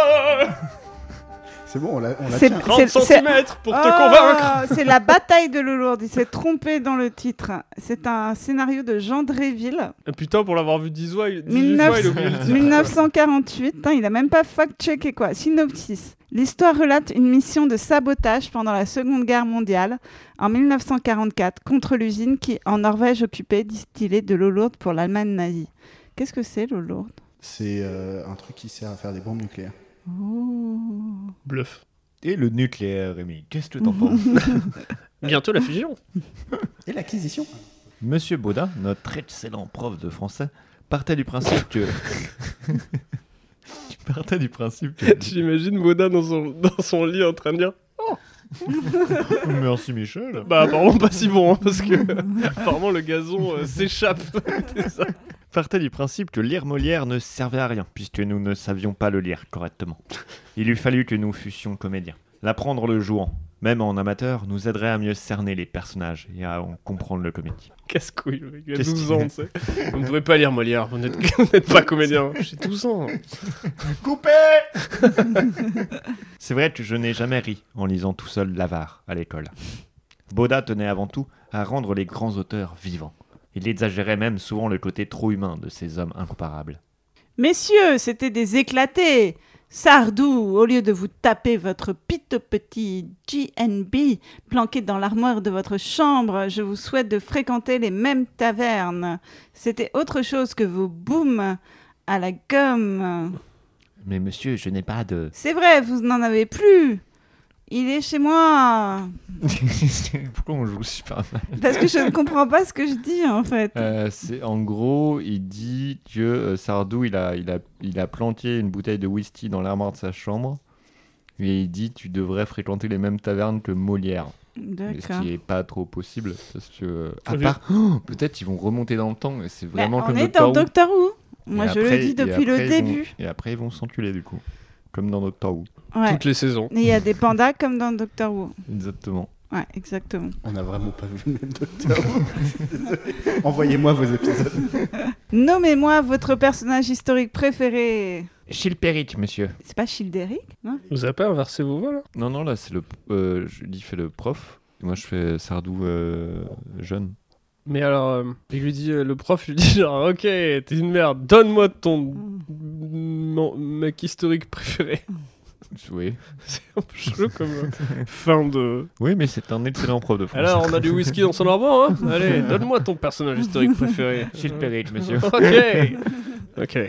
[SPEAKER 4] C'est bon, on la, on la
[SPEAKER 1] C'est-
[SPEAKER 4] tient.
[SPEAKER 10] 30
[SPEAKER 1] c'est-
[SPEAKER 10] cm pour te
[SPEAKER 1] Oh,
[SPEAKER 10] convaincre.
[SPEAKER 1] *laughs* C'est la bataille de l'eau lourde. Il s'est trompé dans le titre. C'est un scénario de Jean Dréville.
[SPEAKER 10] Ah, Putain, pour l'avoir vu 10 fois, il 18 fois, il a oublié le
[SPEAKER 1] 19...
[SPEAKER 10] titre.
[SPEAKER 1] 1948, hein, il a même pas fact-checké quoi. Synopsis. L'histoire relate une mission de sabotage pendant la Seconde Guerre mondiale en 1944 contre l'usine qui, en Norvège occupée, distillait de l'eau lourde pour l'Allemagne nazie. Qu'est-ce que c'est l'eau lourde
[SPEAKER 4] C'est euh, un truc qui sert à faire des bombes nucléaires.
[SPEAKER 1] Oh.
[SPEAKER 10] Bluff.
[SPEAKER 8] Et le nucléaire, Rémi, qu'est-ce que t'en *laughs* penses
[SPEAKER 10] Bientôt la fusion.
[SPEAKER 4] Et l'acquisition
[SPEAKER 8] Monsieur Baudin, notre excellent prof de français, partait du principe *laughs* que. Tu partais du principe *laughs* que.
[SPEAKER 10] *laughs* J'imagine Moda dans son, dans son lit en train de dire
[SPEAKER 8] Merci Michel.
[SPEAKER 10] Bah, apparemment pas si bon, hein, parce que *laughs* apparemment le gazon euh, s'échappe. *laughs* C'est ça.
[SPEAKER 8] Partait du principe que lire Molière ne servait à rien, puisque nous ne savions pas le lire correctement. Il eût fallu que nous fussions comédiens. L'apprendre le jouant, même en amateur, nous aiderait à mieux cerner les personnages et à en comprendre le comique.
[SPEAKER 10] *laughs* Casse-couille, le mec, il a
[SPEAKER 8] Qu'est-ce
[SPEAKER 10] 12
[SPEAKER 8] qu'il-
[SPEAKER 10] ans, tu sais. Vous ne pouvez pas lire Molière, vous n'êtes *laughs* vous n'êtes pas comédien. hein. J'ai 12 ans.
[SPEAKER 8] Coupé C'est vrai que je n'ai jamais ri en lisant tout seul l'avare à l'école. Boda tenait avant tout à rendre les grands auteurs vivants. Il exagérait même souvent le côté trop humain de ces hommes incomparables.
[SPEAKER 1] Messieurs, c'était des éclatés. Sardou, au lieu de vous taper votre pite petit GNB planqué dans l'armoire de votre chambre, je vous souhaite de fréquenter les mêmes tavernes. C'était autre chose que vos booms à la gomme.
[SPEAKER 8] Mais monsieur, je n'ai pas de...
[SPEAKER 1] C'est vrai, vous n'en avez plus. Il est chez moi.
[SPEAKER 8] *laughs* Pourquoi on joue super mal
[SPEAKER 1] Parce que je ne comprends pas ce que je dis en fait.
[SPEAKER 8] Euh, En gros, il dit que euh, Sardou, il a, il, a, il a planté une bouteille de whisky dans l'armoire de sa chambre. Et il dit, tu devrais fréquenter les mêmes tavernes que Molière. Mais ce
[SPEAKER 1] D'accord.
[SPEAKER 8] qui est pas trop possible parce que euh, à
[SPEAKER 10] Oui.
[SPEAKER 8] part Oh, peut-être ils vont remonter dans le temps et c'est
[SPEAKER 1] Bah,
[SPEAKER 8] vraiment
[SPEAKER 1] on
[SPEAKER 8] comme
[SPEAKER 1] est
[SPEAKER 8] Doctor
[SPEAKER 1] dans
[SPEAKER 8] Who.
[SPEAKER 1] Doctor Who. Moi
[SPEAKER 8] Et
[SPEAKER 1] je
[SPEAKER 8] après-
[SPEAKER 1] le dis
[SPEAKER 8] et
[SPEAKER 1] depuis le
[SPEAKER 8] après, ils vont-
[SPEAKER 1] début.
[SPEAKER 8] et après ils vont s'enculer du coup comme dans Doctor Who
[SPEAKER 1] Ouais.
[SPEAKER 10] Toutes les saisons.
[SPEAKER 1] Et il y a des pandas comme dans Doctor Who.
[SPEAKER 8] exactement
[SPEAKER 1] Ouais, exactement.
[SPEAKER 4] On a vraiment pas vu le même docteur. *laughs* Désolé. Envoyez-moi vos épisodes.
[SPEAKER 1] Nommez-moi votre personnage historique préféré.
[SPEAKER 8] Chilperic monsieur
[SPEAKER 1] C'est pas Childeric Non
[SPEAKER 10] Vous avez pas inversé vos hein. voix là
[SPEAKER 8] non non là c'est le euh, Julie fait le prof et moi je fais Sardou euh, jeune
[SPEAKER 10] Mais alors, euh, il lui dit, euh, le prof lui *laughs* dit genre, ok, t'es une merde, donne-moi ton mon- mec historique préféré. *laughs*
[SPEAKER 8] oui
[SPEAKER 10] C'est un peu chelou
[SPEAKER 8] *laughs*
[SPEAKER 10] comme euh, fin de.
[SPEAKER 8] oui mais c'est un excellent prof de français
[SPEAKER 10] Alors, on a du whisky dans son arbre, hein Allez,
[SPEAKER 8] *laughs*
[SPEAKER 10] donne-moi ton personnage historique préféré.
[SPEAKER 8] Chilperic monsieur
[SPEAKER 10] *laughs* Ok. Ok.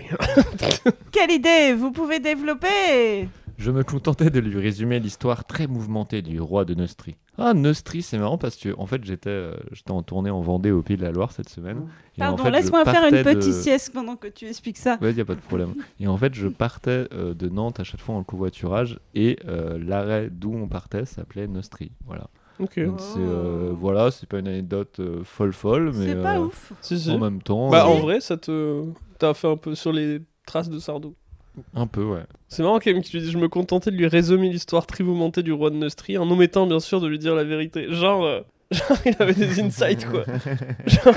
[SPEAKER 1] Quelle idée Vous pouvez développer
[SPEAKER 8] Je me contentais de lui résumer l'histoire très mouvementée du roi de Neustrie. Ah, Neustrie, c'est marrant parce que en fait, j'étais euh, j'étais en tournée en Vendée au Pays de la Loire cette semaine. Et en
[SPEAKER 1] Pardon,
[SPEAKER 8] fait, je
[SPEAKER 1] laisse-moi faire une
[SPEAKER 8] partais
[SPEAKER 1] petite
[SPEAKER 8] de-
[SPEAKER 1] sieste pendant que tu expliques ça.
[SPEAKER 8] Ouais, y a pas de problème. Et en fait, je partais euh, de Nantes à chaque fois en covoiturage et euh, l'arrêt d'où on partait s'appelait Neustrie. Voilà.
[SPEAKER 10] Ok.
[SPEAKER 8] Donc c'est euh, voilà, c'est pas une anecdote euh, folle folle,
[SPEAKER 1] oh.
[SPEAKER 8] mais
[SPEAKER 1] C'est pas
[SPEAKER 8] euh,
[SPEAKER 1] ouf.
[SPEAKER 10] Si, si.
[SPEAKER 8] en même temps,
[SPEAKER 10] Bah,
[SPEAKER 8] euh,
[SPEAKER 10] en vrai, ça te. T'as fait un peu sur les traces de Sardou.
[SPEAKER 8] un peu ouais.
[SPEAKER 10] C'est marrant quand même que tu dis Je me contentais de lui résumer l'histoire trivoumentée du roi de Neustrie en omettant bien sûr de lui dire la vérité. Genre. euh, *laughs* Genre, il avait des insights
[SPEAKER 4] *laughs*
[SPEAKER 10] quoi. Genre,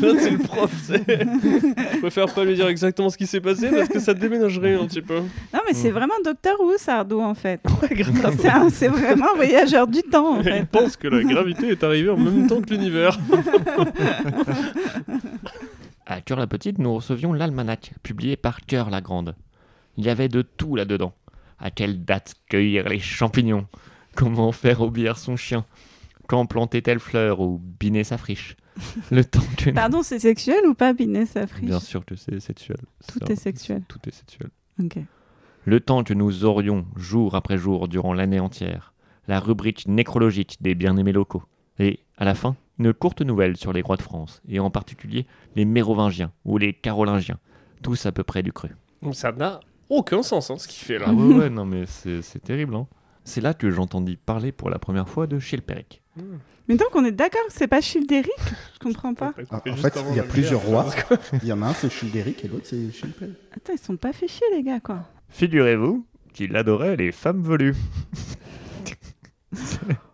[SPEAKER 10] l'autre, c'est le prof. tu sais. Je préfère pas lui dire exactement ce qui s'est passé parce que ça déménagerait un petit peu.
[SPEAKER 1] Non, mais
[SPEAKER 8] Mm.
[SPEAKER 1] c'est vraiment Docteur Who, Sardou, en fait.
[SPEAKER 8] *laughs*
[SPEAKER 10] Ouais, *laughs* grave.
[SPEAKER 1] C'est un- c'est vraiment un voyageur du temps, en
[SPEAKER 8] *laughs*
[SPEAKER 1] fait.
[SPEAKER 10] Il pense que la gravité est arrivée en même temps que l'univers.
[SPEAKER 8] À Cœur la Petite, nous recevions l'almanach, publié par Cœur la Grande. Il y avait de tout là-dedans. À quelle date cueillir les champignons Comment faire obéir son chien Quand planter telle fleur ou biner sa friche Le temps que...
[SPEAKER 1] Pardon, c'est sexuel ou pas, Binet Safri
[SPEAKER 8] Bien sûr que c'est sexuel.
[SPEAKER 1] Tout
[SPEAKER 8] Ça,
[SPEAKER 1] est sexuel.
[SPEAKER 8] Tout est sexuel.
[SPEAKER 1] Ok.
[SPEAKER 8] Le temps que nous aurions, jour après jour, durant l'année entière, la rubrique nécrologique des bien-aimés locaux. Et, à la fin, une courte nouvelle sur les rois de France, et en particulier les mérovingiens ou les carolingiens, tous à peu près du cru.
[SPEAKER 10] Donc ça n'a aucun sens hein, ce qu'il fait là.
[SPEAKER 8] Ah ouais, ouais, non mais c'est c'est terrible. Hein. C'est là que j'entendis parler pour la première fois de Chilpéric.
[SPEAKER 1] Mais donc, on est d'accord que c'est pas Childéric Je comprends
[SPEAKER 8] *laughs*
[SPEAKER 1] pas.
[SPEAKER 4] En, Ah, en fait, il y a plusieurs rois. Il y en a un, c'est Childéric, et l'autre, c'est Chilpel.
[SPEAKER 1] Attends, ils sont pas fait chier, les gars, quoi.
[SPEAKER 8] Figurez-vous qu'il adorait les femmes velues.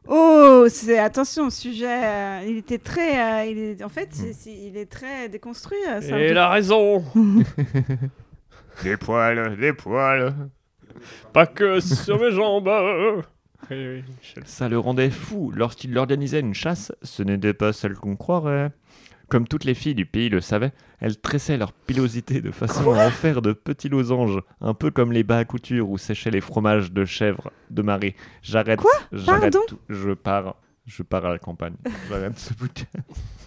[SPEAKER 1] Oh, c'est attention au sujet. euh, il était très. euh, il est, en fait, c'est- c'est- il est très déconstruit. euh, ça.
[SPEAKER 10] Et la raison
[SPEAKER 8] Des poils, des poils.
[SPEAKER 10] Pas que sur mes jambes *laughs* Oui, oui, Michel.
[SPEAKER 8] Ça le rendait fou lorsqu'il organisait une chasse, ce n'était pas celle qu'on croirait. Comme toutes les filles du pays le savaient, elles tressaient leur pilosité de façon à en faire de petits losanges, un peu comme les bas à couture où séchaient les fromages de chèvre, de marée. J'arrête, j'arrête
[SPEAKER 1] Pardon
[SPEAKER 8] tout. je pars, je pars à la campagne. J'arrête ce bouquin.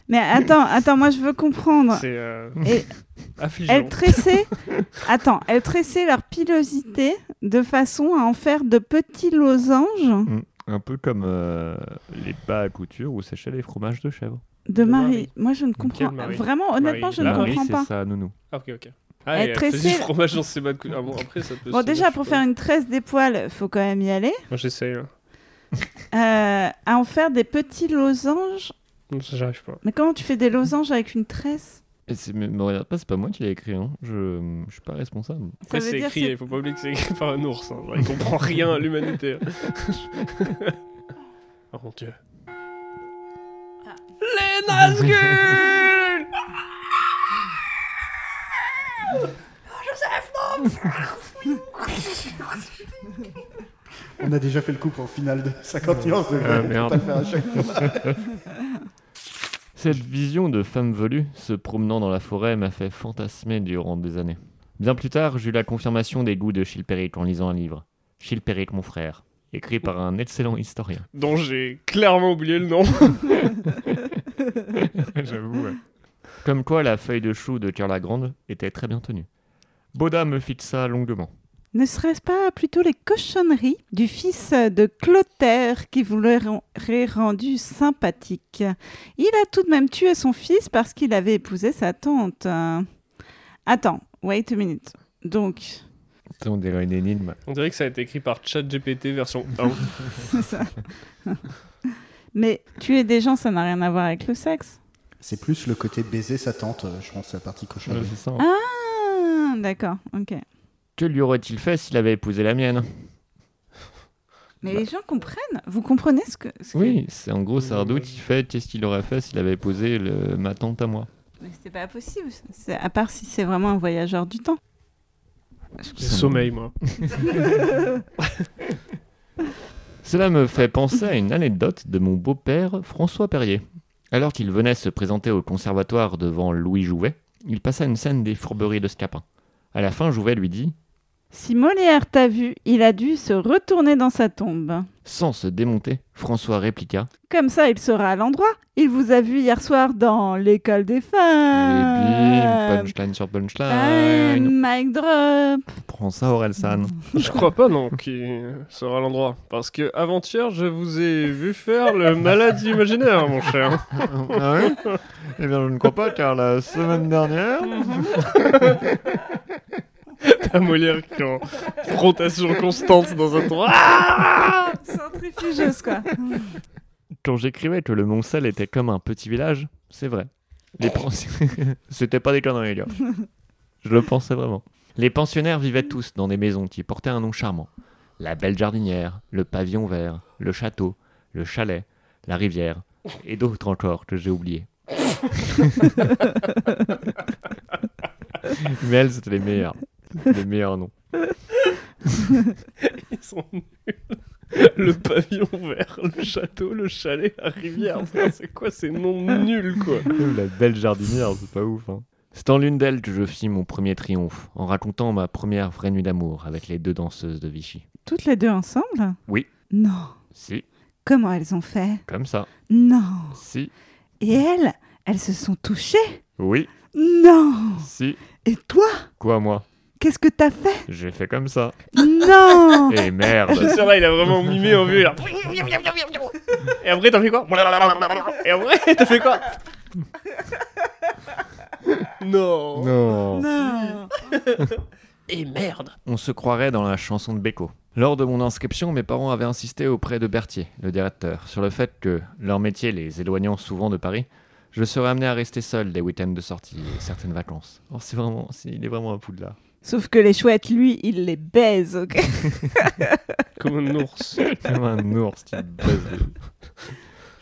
[SPEAKER 1] Mais attends, attends, moi je veux comprendre.
[SPEAKER 10] C'est euh,
[SPEAKER 1] Et-
[SPEAKER 10] *laughs* affligeant.
[SPEAKER 1] Elles
[SPEAKER 10] *laughs*
[SPEAKER 1] tressaient. attends, elles tressaient leur pilosité de façon à en faire de petits losanges
[SPEAKER 8] Un peu comme euh, les bas à couture où séchaient les fromages de chèvre.
[SPEAKER 1] de
[SPEAKER 10] De Marie.
[SPEAKER 1] Marie. Moi je ne comprends
[SPEAKER 10] Quelle Marie
[SPEAKER 1] vraiment, honnêtement,
[SPEAKER 10] Marie, Bah
[SPEAKER 1] je
[SPEAKER 8] La
[SPEAKER 1] ne
[SPEAKER 8] Marie,
[SPEAKER 1] comprends
[SPEAKER 8] c'est
[SPEAKER 1] pas.
[SPEAKER 8] ça, nounou.
[SPEAKER 10] Ah, ok, ok. Ah, et
[SPEAKER 1] Elles
[SPEAKER 10] elle faisait
[SPEAKER 1] tressaient-
[SPEAKER 10] du fromage dans ses bas de couture. Ah bon, après, ça peut
[SPEAKER 1] Bon,
[SPEAKER 10] se-
[SPEAKER 1] déjà
[SPEAKER 10] je
[SPEAKER 1] pour
[SPEAKER 10] peux-
[SPEAKER 1] faire une tresse des poils, faut quand même y aller.
[SPEAKER 10] Moi, j'essaye. hein.
[SPEAKER 1] Euh, à en faire des petits losanges.
[SPEAKER 10] Non, ça, J'arrive pas.
[SPEAKER 1] Mais comment tu fais des losanges avec une tresse
[SPEAKER 8] Et c'est- mais me regarde pas, c'est pas moi qui l'ai écrit, hein. je, je suis pas responsable.
[SPEAKER 1] Ça
[SPEAKER 10] Après,
[SPEAKER 1] veut
[SPEAKER 10] Bah, c'est
[SPEAKER 1] dire
[SPEAKER 10] écrit,
[SPEAKER 1] c'est-
[SPEAKER 10] il faut pas oublier que c'est écrit par un ours. hein. Genre, il *laughs* comprend rien à l'humanité. hein. oh mon dieu. Les Nazgûl
[SPEAKER 4] On a déjà fait le coup en finale de 50 nuances de
[SPEAKER 8] Ah,
[SPEAKER 4] On peut
[SPEAKER 8] merde.
[SPEAKER 4] pas le faire à chaque fois.
[SPEAKER 8] Cette vision de femme velue se promenant dans la forêt m'a fait fantasmer durant des années. Bien plus tard, j'eus la confirmation des goûts de Chilpéric en lisant un livre, Chilpéric mon frère, écrit par un excellent historien.
[SPEAKER 10] Dont j'ai clairement oublié le nom.
[SPEAKER 8] J'avoue. Comme quoi la feuille de chou de Karl la Grande était très bien tenue. Boda me fixa longuement.
[SPEAKER 1] Ne serait-ce pas plutôt les cochonneries du fils de Clotaire qui vous l'auraient rendu sympathique Il a tout de même tué son fils parce qu'il avait épousé sa tante. Euh, Attends, wait a minute. Donc, *laughs*
[SPEAKER 8] On dirait une énigme.
[SPEAKER 10] On dirait que ça a été écrit par ChatGPT version 1.
[SPEAKER 1] c'est ça. Mais tuer des gens, ça n'a rien à voir avec le sexe.
[SPEAKER 4] C'est plus le côté baiser sa tante, euh, je pense, la partie cochon.
[SPEAKER 1] Ah, d'accord, ok.
[SPEAKER 8] Que lui aurait-il fait s'il avait épousé la mienne
[SPEAKER 1] Mais les gens comprennent Vous comprenez ce que... ce que-
[SPEAKER 8] Oui, c'est en gros Sardou qui fait qu'est-ce qu'il aurait fait s'il avait épousé le- ma tante à moi.
[SPEAKER 1] Mais c'est pas possible, ça. C'est- à part si c'est vraiment un voyageur du temps.
[SPEAKER 10] *laughs* J'ai sommeil, moi.
[SPEAKER 8] Cela me fait penser à une anecdote de mon beau-père François Perrier. Alors qu'il venait se présenter au conservatoire devant Louis Jouvet, il passa une scène des fourberies de Scapin. À la fin, Jouvet lui dit
[SPEAKER 1] Si Molière t'a vu, il a dû se retourner dans sa tombe.
[SPEAKER 8] Sans se démonter, François répliqua
[SPEAKER 1] Comme ça, il sera à l'endroit. Il vous a vu hier soir dans l'école
[SPEAKER 8] Eh
[SPEAKER 1] des Ah,
[SPEAKER 8] Et bim,
[SPEAKER 1] femmes.
[SPEAKER 8] punchline sur
[SPEAKER 1] Ah,
[SPEAKER 8] punchline.
[SPEAKER 1] Mic drop.
[SPEAKER 8] Prends ça, Orelsan.
[SPEAKER 10] Je crois pas, non, qu'il sera à l'endroit. Parce que avant-hier, je vous ai vu faire le malade imaginaire, mon *laughs* cher.
[SPEAKER 8] ah oui Eh bien, je ne crois pas, car la semaine dernière.
[SPEAKER 10] T'as Molière qui est en frontation constante dans un toit. Ah
[SPEAKER 1] Centrifugeuse,
[SPEAKER 8] *laughs*
[SPEAKER 1] quoi.
[SPEAKER 8] Quand j'écrivais que le Mont-Sel était comme un petit village, c'est vrai. Les pensi- *laughs* C'était pas des conneries, les gars. Je le pensais vraiment. Les pensionnaires vivaient tous dans des maisons qui portaient un nom charmant. La belle jardinière, le pavillon vert, le château, le chalet, la rivière, et d'autres encore que j'ai oubliés. *laughs* Mais elles, c'était les meilleurs. Les meilleurs noms.
[SPEAKER 10] Ils sont nuls. Le pavillon vert, le château, le chalet, la rivière. Putain, C'est quoi ces noms nuls, quoi
[SPEAKER 8] Même *laughs* la belle jardinière, c'est pas ouf. hein. C'est en l'une d'elles que je fis mon premier triomphe, en racontant ma première vraie nuit d'amour avec les deux danseuses de Vichy.
[SPEAKER 1] Toutes les deux ensemble
[SPEAKER 8] Oui.
[SPEAKER 1] Non.
[SPEAKER 8] Si,
[SPEAKER 1] Comment elles ont fait
[SPEAKER 8] comme ça.
[SPEAKER 1] Non.
[SPEAKER 8] Si,
[SPEAKER 1] Et elles Elles se sont touchées
[SPEAKER 8] oui,
[SPEAKER 1] Non.
[SPEAKER 8] si.
[SPEAKER 1] Et toi
[SPEAKER 8] Quoi, moi
[SPEAKER 1] Qu'est-ce que t'as fait
[SPEAKER 8] J'ai fait comme ça.
[SPEAKER 1] Non
[SPEAKER 8] Et *laughs* merde
[SPEAKER 10] Ça là, Bah, il a vraiment mimé en vue. là. Et après, t'as fait quoi Et après, t'as fait quoi Non.
[SPEAKER 8] Non
[SPEAKER 1] Non
[SPEAKER 3] Et merde
[SPEAKER 8] On se croirait dans la chanson de Beko. Lors de mon inscription, mes parents avaient insisté auprès de Berthier, le directeur, sur le fait que, leur métier les éloignant souvent de Paris, je serais amené à rester seul des week-ends de sortie et certaines vacances. Oh, c'est vraiment, c'est- il est vraiment un poudlard.
[SPEAKER 1] Sauf que les chouettes, lui, il les baise, ok
[SPEAKER 10] Comme un ours.
[SPEAKER 8] Comme un ours qui baisse des-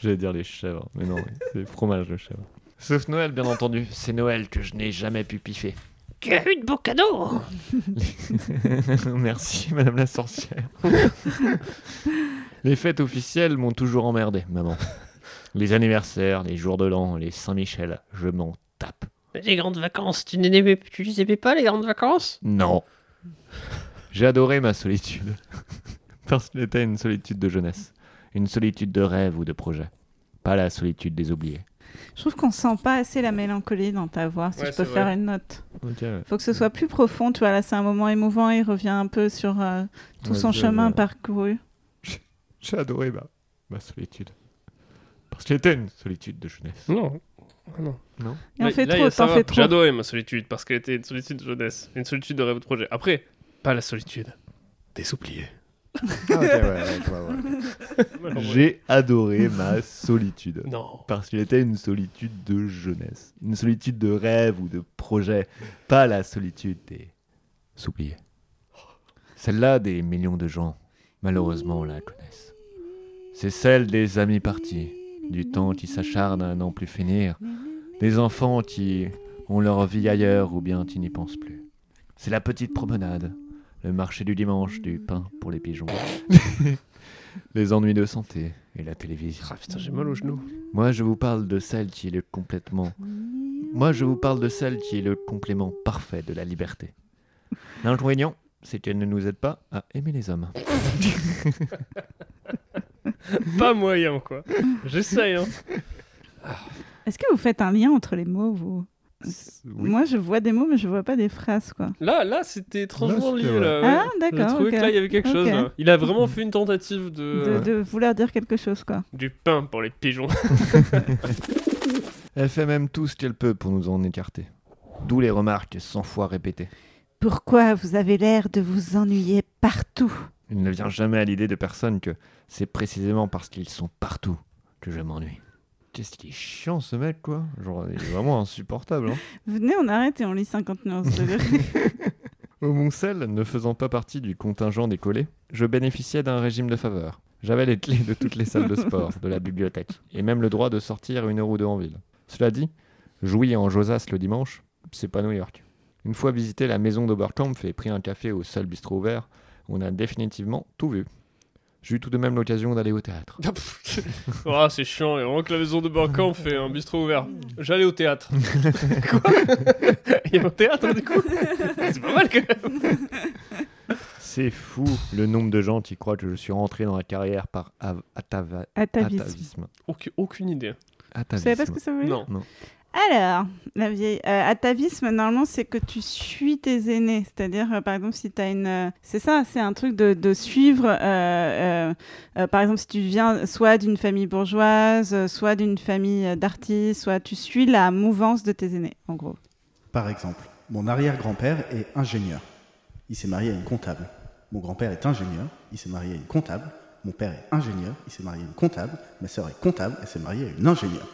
[SPEAKER 8] J'allais dire les chèvres, mais non, c'est fromage le chèvre. Sauf Noël, bien entendu. C'est Noël que je n'ai jamais pu piffer.
[SPEAKER 3] Tu as eu de beaux cadeaux
[SPEAKER 8] *laughs* Merci, madame la sorcière. les fêtes officielles m'ont toujours emmerdé, maman. Les anniversaires, les jours de l'an, les Saint-Michel, je m'en tape.
[SPEAKER 3] Les grandes vacances, tu ne les aimais, tu les aimais pas, les grandes vacances
[SPEAKER 8] Non. J'ai adoré ma solitude. Parce que c'était une solitude de jeunesse. Une solitude de rêve ou de projet. Pas la solitude des oubliés.
[SPEAKER 1] Je trouve qu'on sent pas assez la mélancolie dans ta voix, si
[SPEAKER 10] Ouais,
[SPEAKER 1] je peux
[SPEAKER 10] c'est
[SPEAKER 1] faire
[SPEAKER 10] vrai.
[SPEAKER 1] une note.
[SPEAKER 8] Ok,
[SPEAKER 1] Faut que ce soit plus profond, tu vois, là c'est un moment émouvant, il revient un peu sur euh, tout
[SPEAKER 8] Ouais,
[SPEAKER 1] son
[SPEAKER 8] je-
[SPEAKER 1] chemin parcouru.
[SPEAKER 8] J'ai adoré ma, ma solitude. Parce que c'était une solitude de jeunesse.
[SPEAKER 10] Non.
[SPEAKER 1] Et on
[SPEAKER 10] Là-
[SPEAKER 1] fait
[SPEAKER 10] là,
[SPEAKER 1] trop,
[SPEAKER 10] ça
[SPEAKER 1] t'en
[SPEAKER 10] va.
[SPEAKER 1] fais trop.
[SPEAKER 10] J'adorais ma solitude parce qu'elle était une solitude de jeunesse, une solitude de rêve de projet. Après, pas la solitude. Des oubliés.
[SPEAKER 12] Ah, ok,
[SPEAKER 4] *laughs*
[SPEAKER 12] ouais, ouais, je vois, ouais. J'ai adoré ma solitude.
[SPEAKER 10] Non.
[SPEAKER 12] Parce qu'il était une solitude de jeunesse. Une solitude de rêve ou de projet. Pas la solitude des.
[SPEAKER 8] S'oublier. Celle-là, des millions de gens, malheureusement, la connaissent. C'est celle des amis partis, du temps qui s'acharne à n'en plus finir, des enfants qui ont leur vie ailleurs ou bien qui n'y pensent plus. C'est la petite promenade, le marché du dimanche, du pain pour les
[SPEAKER 10] *laughs*
[SPEAKER 8] pigeons, les ennuis de santé et la télévision.
[SPEAKER 10] Ah putain, j'ai mal aux genoux.
[SPEAKER 8] Moi, je vous parle de celle qui est le complètement. Moi, je vous parle de celle qui est le complément parfait de la liberté. L'inconvénient, c'est qu'elle ne nous aide pas à aimer les hommes.
[SPEAKER 10] Pas moyen, quoi. J'essaye, hein.
[SPEAKER 1] Est-ce que vous faites un lien entre les mots, vous Moi je vois des mots, mais je vois pas des phrases, quoi.
[SPEAKER 10] Là, là, c'était étrangement
[SPEAKER 12] c'était,
[SPEAKER 10] lié,
[SPEAKER 12] ouais.
[SPEAKER 10] là.
[SPEAKER 1] Ah,
[SPEAKER 10] Le
[SPEAKER 1] d'accord,
[SPEAKER 10] truc,
[SPEAKER 1] ok.
[SPEAKER 10] là, il y avait quelque
[SPEAKER 1] Ok.
[SPEAKER 10] chose. là. Il a vraiment fait une tentative de...
[SPEAKER 1] De, de vouloir dire quelque chose, quoi.
[SPEAKER 10] Du pain pour les pigeons.
[SPEAKER 8] Elle fait même tout ce qu'elle peut pour nous en écarter. D'où les remarques 100 fois répétées.
[SPEAKER 1] Pourquoi vous avez l'air de vous ennuyer partout
[SPEAKER 8] Il ne vient jamais à l'idée de personne que c'est précisément parce qu'ils sont partout que je m'ennuie. Qu'est-ce qu'il est chiant ce mec quoi Genre il est vraiment insupportable. hein.
[SPEAKER 1] Venez, on arrête et on lit 50 nuances
[SPEAKER 8] *laughs*
[SPEAKER 1] de gris.
[SPEAKER 8] Au Moncel, ne faisant pas partie du contingent des collés, je bénéficiais d'un régime de faveur. J'avais les clés de toutes les salles de sport, de la bibliothèque, et même le droit de sortir une heure ou deux en ville. Cela dit, jouir en Josas le dimanche, c'est pas New York. Une fois visité la maison d'Oberkampf et pris un café au seul bistrot ouvert, on a définitivement tout vu. J'eus tout de même l'occasion d'aller au théâtre.
[SPEAKER 10] Ah, pff, *laughs* ah, c'est chiant, et vraiment que la maison de Barcamp fait un bistrot ouvert. J'allais au théâtre. Quoi Il y avait un théâtre du coup *laughs* C'est pas mal quand même.
[SPEAKER 8] C'est fou le nombre de gens qui croient que je suis rentré dans la carrière par av- atava-
[SPEAKER 1] Atavisme.
[SPEAKER 8] atavisme.
[SPEAKER 10] Aucu- aucune idée.
[SPEAKER 1] Vous savez pas ce
[SPEAKER 8] Atavisme.
[SPEAKER 1] que ça veut dire
[SPEAKER 10] Non.
[SPEAKER 1] Alors, la vieille. euh, atavisme, normalement, c'est que tu suis tes aînés. C'est-à-dire, euh, par exemple, si tu as une. euh, c'est ça, c'est un truc de, de suivre. euh, euh, euh, par exemple, si tu viens soit d'une famille bourgeoise, euh, soit d'une famille euh, d'artistes, soit tu suis la mouvance de tes aînés, en gros.
[SPEAKER 4] Par exemple, mon arrière-grand-père est ingénieur. Il s'est marié à une comptable. Mon grand-père est ingénieur. Il s'est marié à une comptable. Mon père est ingénieur. Il s'est marié à une comptable. Ma sœur est comptable. Elle s'est mariée à une ingénieure.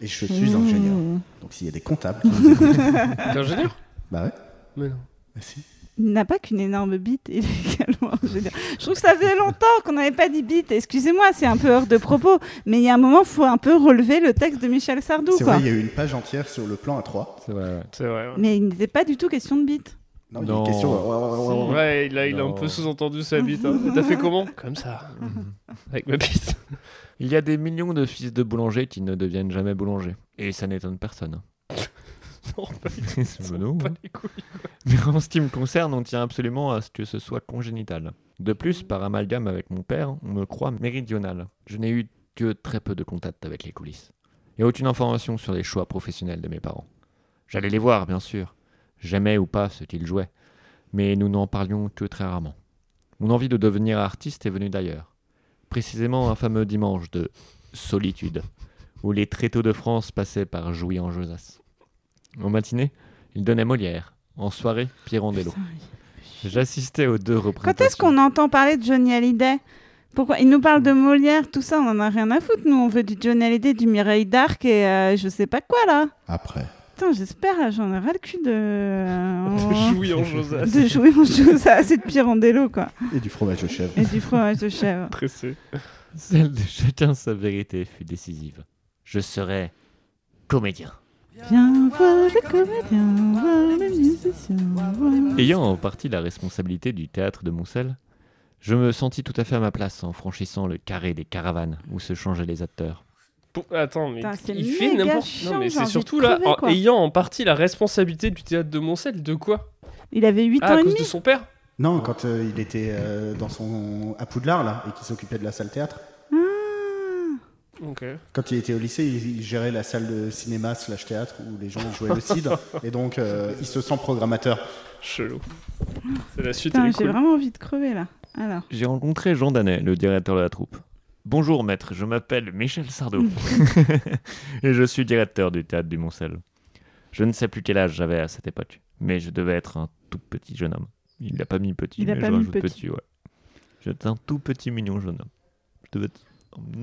[SPEAKER 4] Et je suis
[SPEAKER 12] Mmh.
[SPEAKER 4] ingénieur. Donc s'il y a
[SPEAKER 12] *laughs*
[SPEAKER 4] des comptables. qui nous écoutent-
[SPEAKER 1] Ah.
[SPEAKER 10] T'es ingénieur
[SPEAKER 4] bah ouais.
[SPEAKER 10] Mais non.
[SPEAKER 4] bah si.
[SPEAKER 1] Il n'a pas qu'une énorme bite, *laughs* il est également ingénieur. Je trouve que ça faisait longtemps qu'on n'avait pas dit bite. Excusez-moi, c'est un peu hors de propos, mais il y a un moment, faut un peu relever le texte de Michel Sardou,
[SPEAKER 4] C'est
[SPEAKER 1] quoi.
[SPEAKER 4] vrai, il y a eu une page entière sur le plan à 3.
[SPEAKER 8] C'est vrai, ouais.
[SPEAKER 10] C'est vrai. Ouais,
[SPEAKER 1] Mais il n'était pas du tout question de bite.
[SPEAKER 4] Non, il y a
[SPEAKER 8] Non.
[SPEAKER 4] une question. ouais, ouais, ouais, ouais, ouais.
[SPEAKER 10] Ouais, il a, il a un
[SPEAKER 8] Non.
[SPEAKER 10] peu sous-entendu sa bite. hein. Et T'as fait comment Comme ça. Avec ma bite.
[SPEAKER 8] Il y a des millions de fils de boulangers qui ne deviennent jamais boulangers. Et ça n'étonne personne. hein. *laughs* C'est mono, hein. Mais en ce qui me concerne, on tient absolument à ce que ce soit congénital. hein. De plus, par amalgame avec mon père, on me croit méridional. Je n'ai eu que très peu de contact avec les coulisses. Et aucune information sur les choix professionnels de mes parents. J'allais les voir, bien sûr. J'aimais ou pas ce qu'ils jouaient. Mais nous n'en parlions que très rarement. Mon envie de devenir artiste est venue d'ailleurs. Précisément un fameux dimanche de solitude, où les tréteaux de France passaient par Jouy en Josas. En matinée, il donnait Molière. En soirée, Pirandello. J'assistais aux deux
[SPEAKER 1] Quand
[SPEAKER 8] représentations.
[SPEAKER 1] est-ce qu'on entend parler de Johnny Hallyday Pourquoi Il nous parle de Molière, tout ça, on en a rien à foutre. Nous, on veut du Johnny Hallyday, du Mireille Darc et euh, je sais pas quoi là.
[SPEAKER 4] Après.
[SPEAKER 1] Putain, j'espère, là, j'en ai ras le cul de.
[SPEAKER 10] *laughs*
[SPEAKER 1] euh,
[SPEAKER 10] Jouis en Josas.
[SPEAKER 1] de jouer en chose assez de Pirandello, quoi.
[SPEAKER 4] Et du fromage au chèvre.
[SPEAKER 1] Et du fromage de chèvre.
[SPEAKER 10] Pressé.
[SPEAKER 8] Celle de chacun sa vérité fut décisive. Je serai comédien.
[SPEAKER 1] Viens voir le comédien, voir le musicien, voir le-
[SPEAKER 8] Ayant en partie la responsabilité du théâtre de Moncel, je me sentis tout à fait à ma place en franchissant le carré des caravanes où se changeaient les acteurs.
[SPEAKER 10] Pour- Attends, mais
[SPEAKER 1] Putain, c'est
[SPEAKER 10] il fait
[SPEAKER 1] méga
[SPEAKER 10] n'importe
[SPEAKER 1] chiant,
[SPEAKER 10] Non, mais
[SPEAKER 1] j'ai
[SPEAKER 10] c'est
[SPEAKER 1] envie de
[SPEAKER 10] surtout là,
[SPEAKER 1] crever,
[SPEAKER 10] en-
[SPEAKER 1] quoi.
[SPEAKER 10] ayant en partie la responsabilité du théâtre de Moncel, de quoi
[SPEAKER 1] Il avait 8
[SPEAKER 10] Ah,
[SPEAKER 1] ans
[SPEAKER 10] à
[SPEAKER 1] et
[SPEAKER 10] cause
[SPEAKER 1] demi.
[SPEAKER 10] de son père
[SPEAKER 4] Non, quand euh, il était euh, dans son à Poudlard là et qu'il s'occupait de la salle théâtre.
[SPEAKER 10] Ok.
[SPEAKER 4] Quand il était au lycée, il il gérait la salle de cinéma slash théâtre où les gens jouaient le
[SPEAKER 10] *laughs*
[SPEAKER 4] CID et donc euh, il se sent programmateur.
[SPEAKER 10] Chelou. C'est la suite,
[SPEAKER 1] Putain,
[SPEAKER 10] elle est
[SPEAKER 1] j'ai
[SPEAKER 10] cool.
[SPEAKER 1] vraiment envie de crever là. Alors.
[SPEAKER 8] J'ai rencontré Jean Danet, le directeur de la troupe. Bonjour maître, je m'appelle Michel Sardou
[SPEAKER 1] *laughs*
[SPEAKER 8] et je suis directeur du théâtre du Moncel. Je ne sais plus quel âge j'avais à cette époque, mais je devais être un tout petit jeune homme. Il n'a pas mis petit,
[SPEAKER 1] Il a
[SPEAKER 8] mais
[SPEAKER 1] pas
[SPEAKER 8] je
[SPEAKER 1] mis
[SPEAKER 8] rajoute
[SPEAKER 1] petit.
[SPEAKER 8] petit, ouais. J'étais un tout petit mignon jeune homme. Je devais être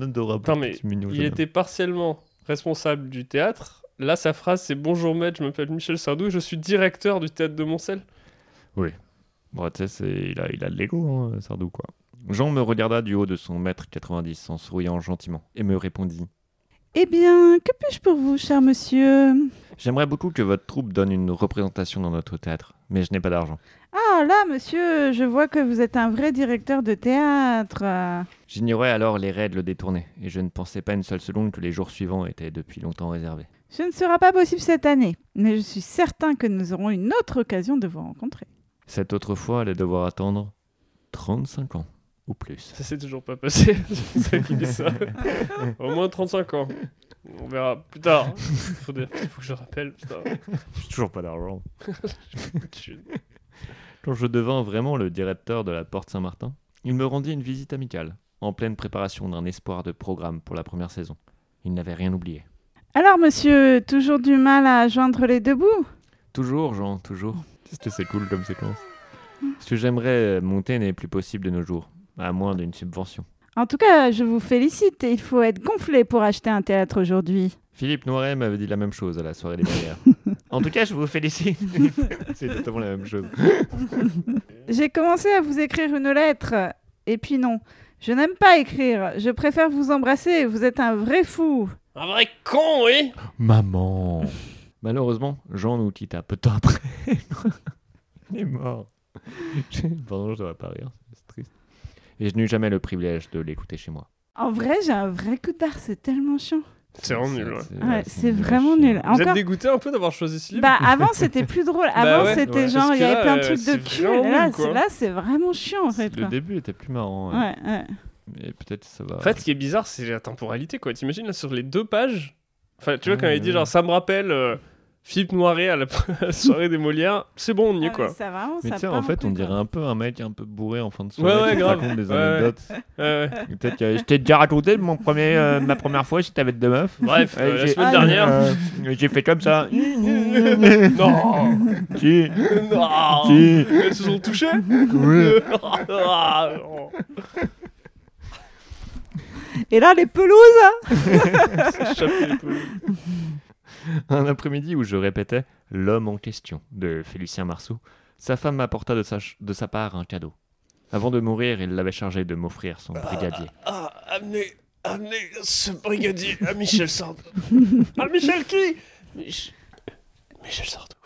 [SPEAKER 8] un adorable
[SPEAKER 10] Attends, mais
[SPEAKER 8] petit mignon
[SPEAKER 10] Il
[SPEAKER 8] jeune homme.
[SPEAKER 10] était partiellement responsable du théâtre. Là, sa phrase, c'est Bonjour maître, je m'appelle Michel Sardou et je suis directeur du théâtre de Moncel.
[SPEAKER 8] Bon, tu sais, c'est- il a, il a de l'ego, hein, Sardou, quoi. Jean me regarda du haut de son mètre 90 en souriant gentiment et me répondit
[SPEAKER 1] Eh bien, que puis-je pour vous, cher monsieur
[SPEAKER 8] J'aimerais beaucoup que votre troupe donne une représentation dans notre théâtre, mais je n'ai pas d'argent.
[SPEAKER 1] Ah là, monsieur, je vois que vous êtes un vrai directeur de théâtre. Euh,
[SPEAKER 8] J'ignorais alors les règles détournées et je ne pensais pas une seule seconde que les jours suivants étaient depuis longtemps réservés.
[SPEAKER 1] Ce ne sera pas possible cette année, mais je suis certain que nous aurons une autre occasion de vous rencontrer.
[SPEAKER 8] Cette autre fois allait devoir attendre 35 ans ou plus.
[SPEAKER 10] Ça s'est toujours pas passé. *laughs* C'est ça qui dit ça. Au moins 35 ans. On verra plus tard. Faut, des- faut que je rappelle. putain.
[SPEAKER 8] *laughs* J'ai toujours pas d'argent.
[SPEAKER 10] Je-
[SPEAKER 8] Quand je devins vraiment le directeur de la Porte Saint-Martin, il me rendit une visite amicale, en pleine préparation d'un espoir de programme pour la première saison. Il n'avait rien oublié.
[SPEAKER 1] Alors, monsieur, toujours du mal à joindre les deux bouts
[SPEAKER 8] Toujours, Jean, toujours. Qu'est-ce que c'est cool comme séquence Ce que j'aimerais euh, monter n'est plus possible de nos jours, à moins d'une subvention.
[SPEAKER 1] En tout cas, je vous félicite, il faut être gonflé pour acheter un théâtre aujourd'hui.
[SPEAKER 8] Philippe Noiret m'avait dit la même chose à la soirée des Molières. en tout cas, je vous félicite. *laughs* c'est exactement la même chose.
[SPEAKER 1] J'ai commencé à vous écrire une lettre, et puis non. Je n'aime pas écrire, je préfère vous embrasser, vous êtes un vrai fou.
[SPEAKER 10] Un vrai con, oui
[SPEAKER 8] Maman Malheureusement, Jean nous quitta peu de temps après. Il est mort. Pardon, je ne pas rire, c'est triste. Et je n'eus jamais le privilège de l'écouter chez moi.
[SPEAKER 1] En vrai, j'ai un vrai coup d'art, c'est tellement chiant.
[SPEAKER 10] C'est vraiment nul. ouais.
[SPEAKER 1] Ouais, c'est
[SPEAKER 8] nul à
[SPEAKER 1] vraiment
[SPEAKER 8] chier.
[SPEAKER 1] nul.
[SPEAKER 10] Vous êtes
[SPEAKER 1] Encore
[SPEAKER 10] dégoûté un peu d'avoir choisi ce livre *laughs*
[SPEAKER 1] Bah avant c'était plus drôle.
[SPEAKER 10] Bah
[SPEAKER 1] Avant
[SPEAKER 10] ouais,
[SPEAKER 1] c'était
[SPEAKER 8] ouais.
[SPEAKER 1] genre il
[SPEAKER 10] Parce
[SPEAKER 1] y
[SPEAKER 10] que
[SPEAKER 1] avait
[SPEAKER 10] là,
[SPEAKER 1] plein de
[SPEAKER 10] euh,
[SPEAKER 1] trucs de
[SPEAKER 10] c'est
[SPEAKER 1] cul.
[SPEAKER 10] vraiment
[SPEAKER 1] et Là
[SPEAKER 10] nul, quoi.
[SPEAKER 1] c'est- là, c'est vraiment chiant en fait.
[SPEAKER 8] Le
[SPEAKER 1] quoi.
[SPEAKER 8] début était plus marrant. ouais.
[SPEAKER 1] Ouais, ouais.
[SPEAKER 8] Mais peut-être ça va.
[SPEAKER 10] En fait, ce qui est bizarre, c'est la temporalité, quoi. T'imagines, là, sur les deux pages Enfin, tu vois,
[SPEAKER 8] Ouais,
[SPEAKER 10] quand il
[SPEAKER 1] Mmh.
[SPEAKER 10] dit,
[SPEAKER 8] ouais.
[SPEAKER 10] genre, ça me rappelle euh, Philippe Noiret à la à la *laughs* soirée des Molières, c'est bon, on y
[SPEAKER 1] Ah,
[SPEAKER 10] est,
[SPEAKER 1] mais
[SPEAKER 10] quoi.
[SPEAKER 1] ça, vraiment,
[SPEAKER 8] mais
[SPEAKER 1] ça
[SPEAKER 8] tu sais,
[SPEAKER 1] part
[SPEAKER 8] en fait,
[SPEAKER 1] couille,
[SPEAKER 8] on
[SPEAKER 1] quoi.
[SPEAKER 8] dirait un peu un mec un peu bourré en fin de
[SPEAKER 10] Ouais,
[SPEAKER 8] soirée
[SPEAKER 10] ouais,
[SPEAKER 8] qui
[SPEAKER 10] grave.
[SPEAKER 8] raconte des
[SPEAKER 10] Ouais, ouais.
[SPEAKER 8] anecdotes.
[SPEAKER 10] Euh, Ouais, ouais.
[SPEAKER 8] Et Peut-être que je t'ai déjà raconté mon premier, euh, ma première fois, j'étais avec deux meufs.
[SPEAKER 10] Bref,
[SPEAKER 8] Ouais,
[SPEAKER 10] euh, la
[SPEAKER 8] j'ai-
[SPEAKER 10] semaine dernière. *laughs*
[SPEAKER 8] euh, j'ai fait comme ça.
[SPEAKER 10] non
[SPEAKER 8] Qui
[SPEAKER 10] Non
[SPEAKER 8] Qui
[SPEAKER 10] Elles se sont touchées *laughs* Ah, non.
[SPEAKER 1] Et là les pelouses.
[SPEAKER 10] C'est chapé, les poules.
[SPEAKER 8] Un après-midi où je répétais L'homme en question de Félicien Marceau, sa femme m'apporta de sa, ch- de sa part un cadeau. Avant de mourir, il l'avait chargé de m'offrir son brigadier.
[SPEAKER 10] Ah, amenez, amenez ce brigadier à Michel *laughs* Sardou. à Michel qui Mich- Michel Sardou.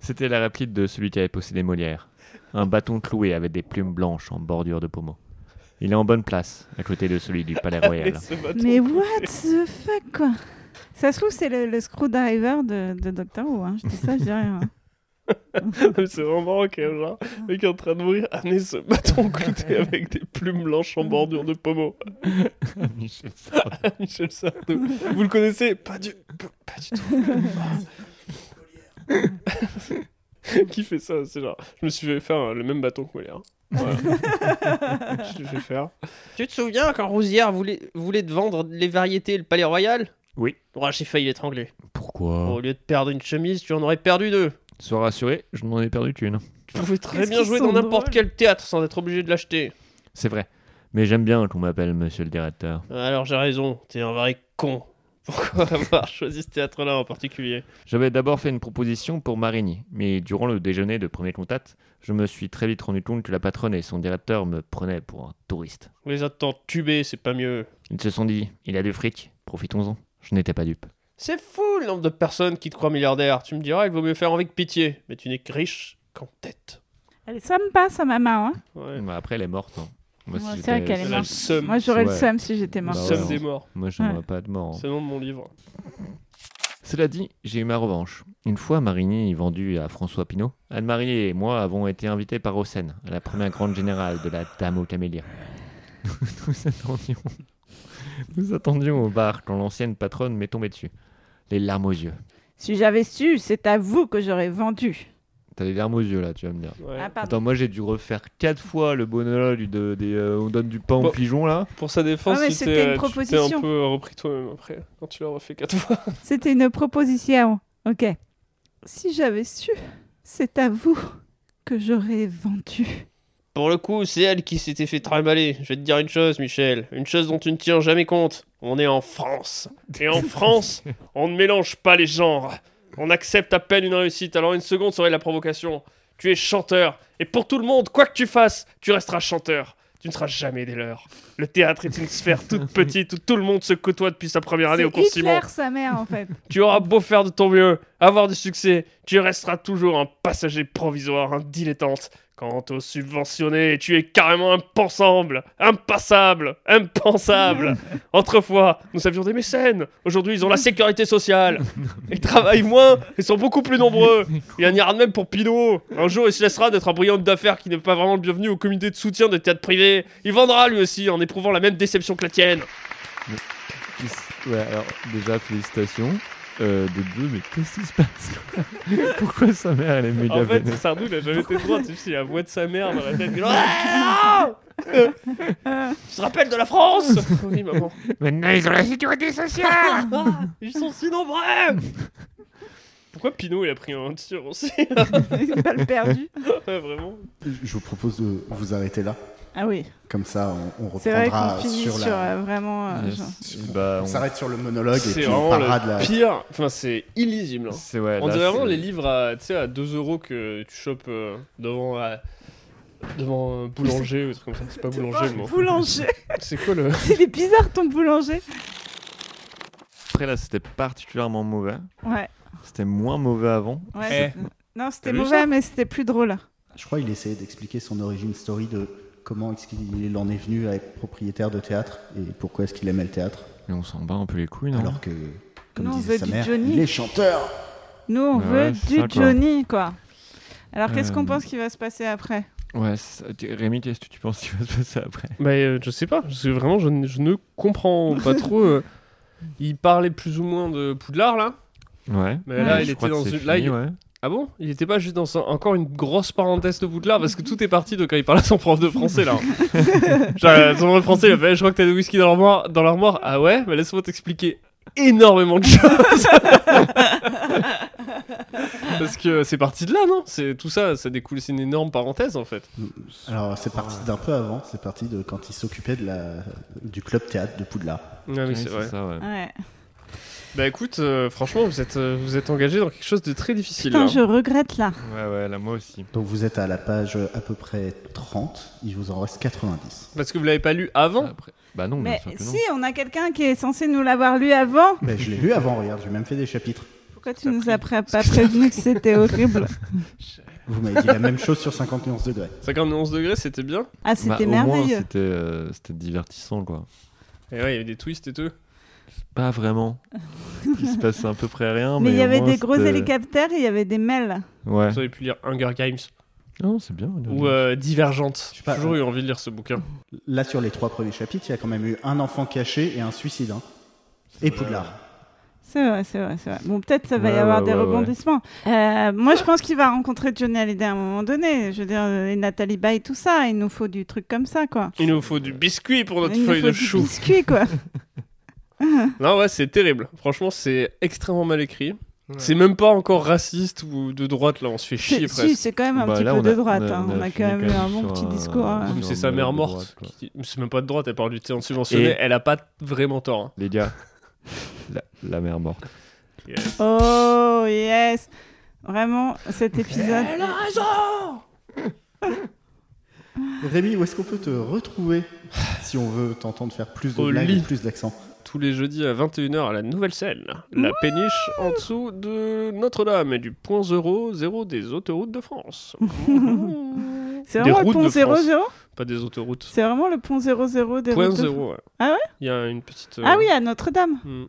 [SPEAKER 8] C'était la réplique de celui qui avait possédé Molière. Un bâton cloué avec des plumes blanches en bordure de pommeau.
[SPEAKER 1] *laughs*
[SPEAKER 8] Il est en bonne place, à côté de celui du Palais Royal.
[SPEAKER 10] Et ce bâton.
[SPEAKER 1] Mais what the fuck quoi Ça se trouve, c'est le, le screwdriver de, de Doctor Who. hein. Je dis ça, je dis
[SPEAKER 10] *laughs*
[SPEAKER 1] rien.
[SPEAKER 10] Mais c'est vraiment marrant quand même, genre, le mec est en train de mourir, amener ce bâton clouté avec des plumes blanches en bordure de pommeau.
[SPEAKER 8] Michel Sardou.
[SPEAKER 10] *laughs* Michel Sardou. Vous le connaissez Pas du, pas du tout. Qui fait ça C'est genre, je me suis fait faire euh, le même bâton que Molière. Voilà. je l'ai fait faire.
[SPEAKER 3] Tu te souviens quand Rousière voulait, voulait te vendre les variétés et le Palais Royal
[SPEAKER 8] Oui.
[SPEAKER 3] Oh, j'ai failli l'étrangler.
[SPEAKER 8] Pourquoi
[SPEAKER 3] Au lieu de perdre une chemise, tu en aurais perdu deux.
[SPEAKER 8] Sois rassuré, je m'en ai perdu une.
[SPEAKER 3] Tu pouvais très
[SPEAKER 1] Qu'est-ce
[SPEAKER 3] bien
[SPEAKER 1] qu'ils
[SPEAKER 3] jouer
[SPEAKER 1] sont
[SPEAKER 3] dans n'importe
[SPEAKER 1] drôles.
[SPEAKER 3] quel théâtre sans être obligé de l'acheter.
[SPEAKER 8] C'est vrai. Mais j'aime bien qu'on m'appelle monsieur le directeur.
[SPEAKER 3] Alors j'ai raison, t'es un vrai con. *laughs* Pourquoi avoir choisi ce théâtre-là en particulier
[SPEAKER 8] J'avais d'abord fait une proposition pour Marigny, mais durant le déjeuner de premier contact, je me suis très vite rendu compte que la patronne et son directeur me prenaient pour un touriste.
[SPEAKER 3] Les attends tubés, c'est pas mieux.
[SPEAKER 8] Ils se sont dit, il a du fric, profitons-en. Je n'étais pas dupe.
[SPEAKER 3] C'est fou le nombre de personnes qui te croient milliardaire. Tu me diras, il vaut mieux faire envie que pitié. Mais tu n'es que riche qu'en tête.
[SPEAKER 1] Allez, ça me passe à ma main. hein.
[SPEAKER 3] Ouais.
[SPEAKER 8] Bah, après, elle est morte. hein. Moi,
[SPEAKER 1] Ouais,
[SPEAKER 8] si
[SPEAKER 1] c'est vrai
[SPEAKER 8] j'étais-
[SPEAKER 1] qu'elle est
[SPEAKER 3] Elle a le
[SPEAKER 1] morte.
[SPEAKER 3] seum.
[SPEAKER 1] Moi, j'aurais le
[SPEAKER 8] Ouais.
[SPEAKER 1] seum si j'étais
[SPEAKER 8] Bah
[SPEAKER 1] morte.
[SPEAKER 8] ouais,
[SPEAKER 3] Seum
[SPEAKER 8] non.
[SPEAKER 3] des morts.
[SPEAKER 8] Moi, j'aimerais
[SPEAKER 1] Ouais.
[SPEAKER 8] pas de mort. hein.
[SPEAKER 3] C'est le nom de mon livre.
[SPEAKER 8] Cela dit, j'ai eu ma revanche. Une fois Marigny vendue à François Pinault, Anne-Marie et moi avons été invités par Ocène, à la première grande générale de la Dame aux Camélias. *laughs* Nous attendions. Nous attendions au bar quand l'ancienne patronne m'est tombée dessus. Les larmes aux yeux.
[SPEAKER 1] Si j'avais su, c'est à vous que j'aurais vendu.
[SPEAKER 8] T'as les larmes aux yeux là, tu vas me dire.
[SPEAKER 10] Ouais.
[SPEAKER 1] Ah, pardon.
[SPEAKER 8] Attends, moi j'ai dû refaire quatre fois le monologue de, des, euh, on donne du pain
[SPEAKER 10] Bon.
[SPEAKER 8] aux pigeons là.
[SPEAKER 10] Pour sa défense,
[SPEAKER 1] Ah, mais
[SPEAKER 10] tu t'es,
[SPEAKER 1] c'était une
[SPEAKER 10] euh, tu t'es
[SPEAKER 1] proposition.
[SPEAKER 10] un peu repris toi-même après, quand tu l'as refait quatre fois.
[SPEAKER 1] C'était une proposition. Ok. Si j'avais su, c'est à vous que j'aurais vendu.
[SPEAKER 3] Pour le coup, c'est elle qui s'était fait trimballer. Je vais te dire une chose, Michel. Une chose dont tu ne tiens jamais compte. On est en France. Et en France, on ne mélange pas les genres. On accepte à peine une réussite, alors une seconde serait de la provocation. Tu es chanteur. Et pour tout le monde, quoi que tu fasses, tu resteras chanteur. Tu ne seras jamais des leurs. Le théâtre est une sphère toute petite où tout le monde se côtoie depuis sa première année
[SPEAKER 1] C'est
[SPEAKER 3] au cours Simon.
[SPEAKER 1] Hitler, sa mère, en fait.
[SPEAKER 3] Tu auras beau faire de ton mieux, avoir du succès, tu resteras toujours un passager provisoire, un dilettante. Quant aux subventionnés, tu es carrément impensable, impassable, impensable. Autrefois, nous avions des mécènes. Aujourd'hui, ils ont la sécurité sociale. Ils travaillent moins et sont beaucoup plus nombreux. Il y en ira de même pour Pinot. Un jour, il se laissera d'être un brillant homme d'affaires qui n'est pas vraiment le bienvenu au comité de soutien des théâtres privés. Il vendra lui aussi en éprouvant la même déception que la tienne.
[SPEAKER 8] Qu'est-ce- Ouais, alors déjà, félicitations. Euh, de deux, mais qu'est-ce qui se passe quoi *laughs* Pourquoi sa mère elle est méga
[SPEAKER 10] En fait,
[SPEAKER 8] vénère
[SPEAKER 10] Sardou, il a jamais été droit, tu sais, la voix de sa mère dans la tête.
[SPEAKER 3] Ouais,
[SPEAKER 10] *laughs*
[SPEAKER 3] non Tu te rappelles de la France Oui, maman.
[SPEAKER 8] Maintenant, ils ont la sécurité sociale
[SPEAKER 3] Ah, ils sont si nombreux
[SPEAKER 10] Pourquoi Pinot, il a pris un tir aussi *laughs*
[SPEAKER 1] Une balle perdue.
[SPEAKER 10] Ouais, Vraiment
[SPEAKER 4] Je vous propose de vous arrêter là.
[SPEAKER 1] Ah oui,
[SPEAKER 4] Comme ça, on, on
[SPEAKER 1] c'est vrai
[SPEAKER 4] reprendra
[SPEAKER 1] qu'on finit
[SPEAKER 4] sur
[SPEAKER 1] sur,
[SPEAKER 4] la.
[SPEAKER 1] euh, vraiment. euh, genre-
[SPEAKER 8] bah,
[SPEAKER 4] On
[SPEAKER 8] on-
[SPEAKER 4] s'arrête sur le monologue et
[SPEAKER 10] C'est
[SPEAKER 4] puis on
[SPEAKER 10] vraiment
[SPEAKER 4] parlera de
[SPEAKER 10] le
[SPEAKER 4] la.
[SPEAKER 10] pire. Enfin, c'est illisible. hein.
[SPEAKER 8] C'est ouais,
[SPEAKER 10] On
[SPEAKER 8] là,
[SPEAKER 10] dirait vraiment
[SPEAKER 4] euh.
[SPEAKER 8] c'est-
[SPEAKER 10] les livres à, tu sais, à 2 euros que tu chopes euh, devant, euh, devant un boulanger ou un truc comme ça. C'est pas boulanger le mot.
[SPEAKER 1] Boulanger. *laughs*
[SPEAKER 10] C'est quoi le.
[SPEAKER 1] Il est bizarre ton boulanger.
[SPEAKER 8] Après, là, c'était particulièrement mauvais.
[SPEAKER 1] Ouais.
[SPEAKER 8] C'était moins mauvais avant.
[SPEAKER 1] ouais. c'est- Non, c'était
[SPEAKER 10] T'as vu
[SPEAKER 1] mauvais, mais c'était plus drôle.
[SPEAKER 4] Je crois qu'il essayait d'expliquer son origine story de comment est-ce qu'il en est venu à être propriétaire de théâtre et pourquoi est-ce qu'il aimait le théâtre.
[SPEAKER 8] Mais on s'en bat un peu les couilles, non
[SPEAKER 4] Alors que, comme
[SPEAKER 1] Non, on
[SPEAKER 4] disait
[SPEAKER 1] veut
[SPEAKER 4] sa
[SPEAKER 1] du
[SPEAKER 4] mère,
[SPEAKER 1] Johnny.
[SPEAKER 4] il est chanteur.
[SPEAKER 1] Nous, on
[SPEAKER 8] Ouais,
[SPEAKER 1] veut
[SPEAKER 8] c'est
[SPEAKER 1] du
[SPEAKER 8] ça, quoi.
[SPEAKER 1] Johnny, quoi. Alors, qu'est-ce qu'on
[SPEAKER 8] Euh,
[SPEAKER 1] pense qui va se passer après
[SPEAKER 8] Ouais, c'est ça. Tu- Rémi, qu'est-ce que tu penses qui va se passer après
[SPEAKER 10] Mais euh, je sais pas, parce que vraiment, je, ne- je ne comprends
[SPEAKER 8] *laughs*
[SPEAKER 10] pas trop. euh, il parlait plus ou moins de Poudlard là.
[SPEAKER 8] Ouais.
[SPEAKER 10] Mais là,
[SPEAKER 8] Ouais,
[SPEAKER 10] il
[SPEAKER 8] je
[SPEAKER 10] était
[SPEAKER 8] crois que
[SPEAKER 10] dans
[SPEAKER 8] c'est
[SPEAKER 10] une- là,
[SPEAKER 8] fini,
[SPEAKER 10] il-
[SPEAKER 8] ouais.
[SPEAKER 10] Ah bon Il était pas juste dans un- encore une grosse parenthèse de Poudlard parce que tout est parti de quand il parlait à son prof de
[SPEAKER 8] *laughs*
[SPEAKER 10] français là. Genre, euh, son prof de français il a fait Je crois que t'as du whisky dans l'armoire. Dans l'armoire. Ah ouais Mais laisse-moi t'expliquer énormément de choses *laughs* Parce que euh, c'est parti de là, non C'est Tout ça, ça découle, c'est une énorme parenthèse en fait.
[SPEAKER 4] Alors c'est parti d'un peu avant, c'est parti de quand il s'occupait de la du club théâtre de Poudlard.
[SPEAKER 10] Ouais,
[SPEAKER 8] Ouais,
[SPEAKER 10] mais Ah c'est vrai.
[SPEAKER 8] ça, ouais.
[SPEAKER 1] Ouais.
[SPEAKER 10] Bah écoute, euh, franchement, vous êtes, euh, vous êtes engagé dans quelque chose de très difficile. hein.
[SPEAKER 1] Putain,
[SPEAKER 10] là.
[SPEAKER 1] je regrette là.
[SPEAKER 8] Ouais, ouais, là, moi aussi.
[SPEAKER 4] Donc vous êtes à la page à peu près 30, il vous en reste 90.
[SPEAKER 10] Parce que vous l'avez pas lu avant
[SPEAKER 1] Ah.
[SPEAKER 8] Après- Bah non, bien
[SPEAKER 1] Mais
[SPEAKER 8] sûr que non.
[SPEAKER 1] si, on a quelqu'un qui est censé nous l'avoir lu avant.
[SPEAKER 4] Mais Ben, je l'ai lu avant, regarde, j'ai même fait des chapitres.
[SPEAKER 1] Pourquoi tu nous as pré- pas prévenu que c'était horrible
[SPEAKER 4] Vous m'avez dit la même chose sur 50 nuances de degrés.
[SPEAKER 10] 51 degrés, c'était bien.
[SPEAKER 1] Ah,
[SPEAKER 8] Bah,
[SPEAKER 1] c'était
[SPEAKER 8] au moins,
[SPEAKER 1] merveilleux.
[SPEAKER 8] c'était euh, c'était divertissant, quoi.
[SPEAKER 10] Et ouais, il y avait des twists et tout.
[SPEAKER 8] Pas vraiment. Il se passe à peu près rien.
[SPEAKER 1] Mais il y
[SPEAKER 8] au
[SPEAKER 1] avait
[SPEAKER 8] moins,
[SPEAKER 1] des gros
[SPEAKER 8] c'était-
[SPEAKER 1] hélicoptères et il y avait des mêles.
[SPEAKER 8] Ouais.
[SPEAKER 10] Vous avez pu lire Hunger Games
[SPEAKER 8] Non, c'est bien. Hunger
[SPEAKER 10] Ou euh, Divergente. J'ai
[SPEAKER 4] pas,
[SPEAKER 10] toujours
[SPEAKER 4] euh,
[SPEAKER 10] eu envie de lire ce bouquin.
[SPEAKER 4] Là, sur les trois premiers chapitres, il y a quand même eu un enfant caché et un suicide. hein. Et Poudlard.
[SPEAKER 1] C'est vrai, c'est vrai, c'est vrai. Bon, peut-être ça va y
[SPEAKER 4] Ouais,
[SPEAKER 1] avoir
[SPEAKER 4] ouais,
[SPEAKER 1] des
[SPEAKER 4] ouais, ouais.
[SPEAKER 1] rebondissements. Euh, moi, je pense qu'il va rencontrer Johnny Hallyday à un moment donné. Je veux dire, euh, et Nathalie Baye, tout ça. Il nous faut du truc comme ça, quoi.
[SPEAKER 10] Il nous faut du biscuit pour notre
[SPEAKER 1] Il nous
[SPEAKER 10] feuille
[SPEAKER 1] faut
[SPEAKER 10] de
[SPEAKER 1] du
[SPEAKER 10] chou.
[SPEAKER 1] biscuit,
[SPEAKER 10] *laughs*
[SPEAKER 1] quoi.
[SPEAKER 10] Non, ouais, c'est terrible. Franchement, c'est extrêmement mal écrit. C'est même pas encore raciste ou de droite, là, on se fait chier
[SPEAKER 1] C'est-
[SPEAKER 10] presque.
[SPEAKER 1] si, c'est quand même un Bah, petit là, peu on a- de droite, on a- hein. on a On a quand fini même quand eu même un bon sur petit un- discours, hein.
[SPEAKER 10] Comme
[SPEAKER 1] sur
[SPEAKER 10] C'est
[SPEAKER 1] un
[SPEAKER 10] sa
[SPEAKER 1] mur
[SPEAKER 10] mère
[SPEAKER 1] de
[SPEAKER 10] morte. qui- C'est même pas de droite, elle parle du thé en subventionné.
[SPEAKER 8] Et-
[SPEAKER 10] Elle a pas vraiment tort. hein.
[SPEAKER 8] Les gars, la, la mère morte.
[SPEAKER 1] Oh, yes. Vraiment, *laughs* cet épisode.
[SPEAKER 6] Elle a raison
[SPEAKER 4] Rémi, où est-ce qu'on peut te retrouver si on veut t'entendre faire plus de
[SPEAKER 10] Au
[SPEAKER 4] blagues
[SPEAKER 10] lit.
[SPEAKER 4] et plus d'accent
[SPEAKER 10] Tous les jeudis à 21h à la nouvelle scène. La péniche en dessous de Notre-Dame et du point zéro, zéro des autoroutes
[SPEAKER 1] *laughs*
[SPEAKER 10] de France.
[SPEAKER 1] C'est
[SPEAKER 10] Des
[SPEAKER 1] vraiment le
[SPEAKER 10] routes
[SPEAKER 1] pont
[SPEAKER 10] de
[SPEAKER 1] 00
[SPEAKER 10] France. Pas des autoroutes.
[SPEAKER 1] C'est vraiment le pont 00 des
[SPEAKER 10] Point
[SPEAKER 1] routes de
[SPEAKER 10] zéro,
[SPEAKER 1] France.
[SPEAKER 10] ouais.
[SPEAKER 1] Ah ouais
[SPEAKER 10] Il y a une petite. euh,
[SPEAKER 1] Ah oui, à Notre-Dame.
[SPEAKER 10] Mm.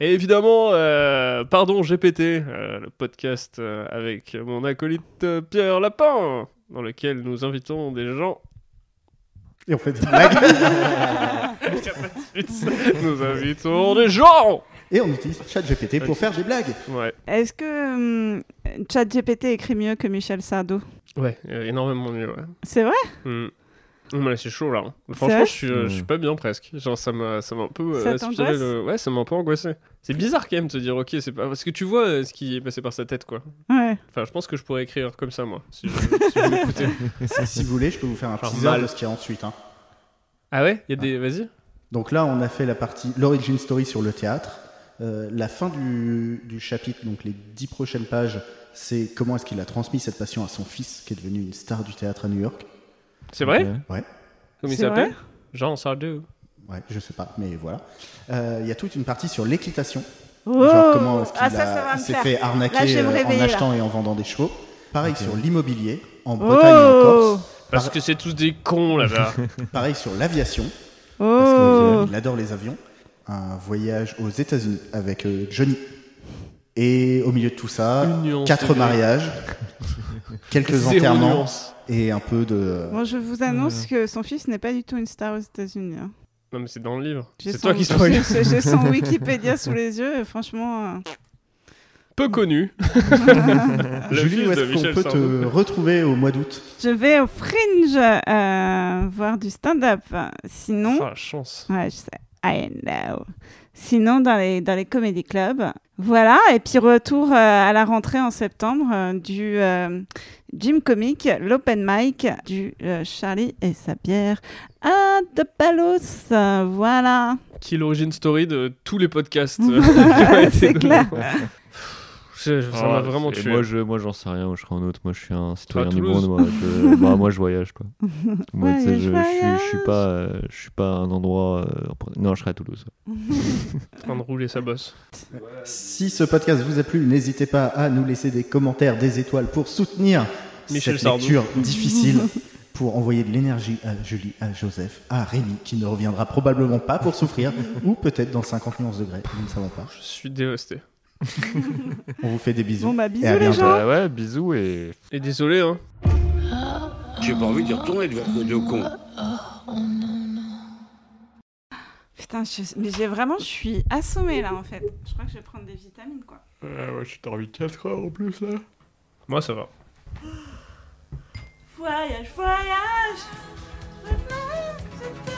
[SPEAKER 10] Et évidemment, euh, pardon GPT, euh, le podcast euh, avec mon acolyte euh, Pierre Lapin, dans lequel nous invitons des
[SPEAKER 1] *laughs*
[SPEAKER 10] gens.
[SPEAKER 4] Et on fait des
[SPEAKER 10] *laughs*
[SPEAKER 4] blagues.
[SPEAKER 10] nous invitons des gens
[SPEAKER 4] Et on utilise ChatGPT pour faire des
[SPEAKER 10] *laughs*
[SPEAKER 4] blagues.
[SPEAKER 10] Ouais.
[SPEAKER 1] Est-ce que hum, ChatGPT écrit mieux que Michel Sardou
[SPEAKER 10] Ouais, euh, énormément mieux, ouais.
[SPEAKER 1] C'est vrai
[SPEAKER 10] Mm. Non, mais là, c'est chaud là. hein.
[SPEAKER 1] vrai
[SPEAKER 10] Franchement, je suis, euh,
[SPEAKER 8] Mm.
[SPEAKER 10] je suis pas bien presque. Genre, ça m'a ça m'a un peu.
[SPEAKER 1] Ça
[SPEAKER 10] euh, aspiré
[SPEAKER 1] t'angoisse
[SPEAKER 10] le- Ouais, ça m'a un peu angoissé. C'est bizarre quand même de te dire, ok, c'est pas. Parce que tu vois euh, ce qui est passé par sa tête, quoi.
[SPEAKER 1] Ouais.
[SPEAKER 10] Enfin, je pense que je pourrais écrire comme ça, moi, si je, si je m'écoutais.
[SPEAKER 4] si vous voulez, je peux vous faire un
[SPEAKER 10] Genre
[SPEAKER 4] teaser
[SPEAKER 10] mal.
[SPEAKER 4] de ce qu'il y a ensuite. hein.
[SPEAKER 10] *laughs* Ah ouais Il y a des. Vas-y.
[SPEAKER 4] Donc là, on a fait la partie l'origin story sur le théâtre. Euh, la fin du, du chapitre, donc les dix prochaines pages, c'est comment est-ce qu'il a transmis cette passion à son fils, qui est devenu une star du théâtre à New York.
[SPEAKER 10] C'est vrai
[SPEAKER 4] Ouais.
[SPEAKER 10] Comment il
[SPEAKER 4] C'est
[SPEAKER 10] s'appelle Jean Sardou.
[SPEAKER 4] Ouais, je sais pas, mais voilà. Euh, Il y a toute une partie sur l'équitation.
[SPEAKER 1] Oh
[SPEAKER 4] Genre comment est-ce qu'il
[SPEAKER 1] Ah, ça, ça
[SPEAKER 4] a-
[SPEAKER 1] va me
[SPEAKER 4] il s'est
[SPEAKER 1] faire.
[SPEAKER 4] fait
[SPEAKER 1] Là, je
[SPEAKER 4] arnaquer
[SPEAKER 1] vais me
[SPEAKER 4] euh, en
[SPEAKER 1] réveiller, là.
[SPEAKER 4] achetant et en vendant des chevaux. Pareil sur l'immobilier, en
[SPEAKER 1] Oh
[SPEAKER 4] Bretagne et en Corse.
[SPEAKER 10] Parce que c'est tous des
[SPEAKER 4] *laughs*
[SPEAKER 10] cons là-bas.
[SPEAKER 4] Pareil sur l'aviation.
[SPEAKER 1] Oh
[SPEAKER 4] Parce qu'il adore les avions. Un voyage aux États-Unis avec euh, Johnny. Et au milieu de tout ça,
[SPEAKER 10] Une nuance
[SPEAKER 4] quatre
[SPEAKER 10] degré.
[SPEAKER 4] mariages,
[SPEAKER 10] *laughs*
[SPEAKER 4] quelques
[SPEAKER 10] Zéro
[SPEAKER 4] enterrements
[SPEAKER 10] nuance.
[SPEAKER 4] et un peu de.
[SPEAKER 1] Bon, je vous annonce que son fils n'est pas du tout une star aux États-Unis. hein.
[SPEAKER 10] non, mais c'est dans le livre.
[SPEAKER 1] J'ai
[SPEAKER 10] C'est
[SPEAKER 1] son-
[SPEAKER 10] toi qui spoil.
[SPEAKER 1] *laughs* J'ai j'ai son Wikipédia sous les yeux, et franchement. euh, *laughs*
[SPEAKER 10] Peu connu. Le
[SPEAKER 4] Julie,
[SPEAKER 10] fils
[SPEAKER 4] où
[SPEAKER 10] de
[SPEAKER 4] est-ce qu'on
[SPEAKER 10] Michel
[SPEAKER 4] peut
[SPEAKER 10] Sardou.
[SPEAKER 4] te retrouver au mois d'août
[SPEAKER 1] Je vais au Fringe euh, voir du stand-up. Sinon.
[SPEAKER 10] Ah, la chance.
[SPEAKER 1] Ouais, je sais. I know. Sinon, dans les, dans les comédie clubs. Voilà, et puis retour euh, à la rentrée en septembre euh, du euh, Gym Comique, l'open mic du euh, Charlie et sa bière à De Palos. Euh, voilà.
[SPEAKER 10] Qui est l'origine story de tous les podcasts. *laughs*
[SPEAKER 1] C'est clair.
[SPEAKER 10] Je- je- ça
[SPEAKER 8] Ah,
[SPEAKER 10] m'a vraiment
[SPEAKER 8] et
[SPEAKER 10] tué.
[SPEAKER 8] Moi, je, moi, j'en sais rien. Moi, je serai un autre. Moi, je suis un citoyen du
[SPEAKER 10] Toulouse.
[SPEAKER 8] monde. Moi,
[SPEAKER 1] *laughs*
[SPEAKER 8] je, bah, moi, je voyage, quoi. Moi, tu sais, je, je,
[SPEAKER 1] Voyage,
[SPEAKER 8] suis- je suis pas, euh, je suis pas à un endroit. euh, en pre- non, je serai à Toulouse.
[SPEAKER 10] En train de rouler sa bosse.
[SPEAKER 4] Si ce podcast vous a plu, n'hésitez pas à nous laisser des commentaires, des étoiles pour soutenir
[SPEAKER 10] Michel
[SPEAKER 4] cette
[SPEAKER 10] Sardou.
[SPEAKER 4] lecture
[SPEAKER 10] *laughs*
[SPEAKER 4] difficile, pour envoyer de l'énergie à Julie, à Joseph, à Rémi, qui ne reviendra probablement pas pour
[SPEAKER 10] *laughs*
[SPEAKER 4] souffrir, ou peut-être dans 50 nuances degrés, nous ne savons pas.
[SPEAKER 10] Je suis dévasté.
[SPEAKER 4] On vous fait des bisous.
[SPEAKER 1] Bon, bah, bisous,
[SPEAKER 4] et à
[SPEAKER 1] les
[SPEAKER 4] bientôt.
[SPEAKER 1] gens.
[SPEAKER 8] Ah ouais, bisous et.
[SPEAKER 10] Et désolé, hein.
[SPEAKER 7] J'ai pas envie de retourner devant ce deux cons.
[SPEAKER 1] Putain, je- mais j'ai vraiment, je suis assommée là en fait. Je crois que je vais prendre des vitamines quoi.
[SPEAKER 8] ouais, je t'ai 4 heures en plus, là.
[SPEAKER 10] Moi, ça va.
[SPEAKER 1] Voyage, voyage. Maintenant, je t'aime.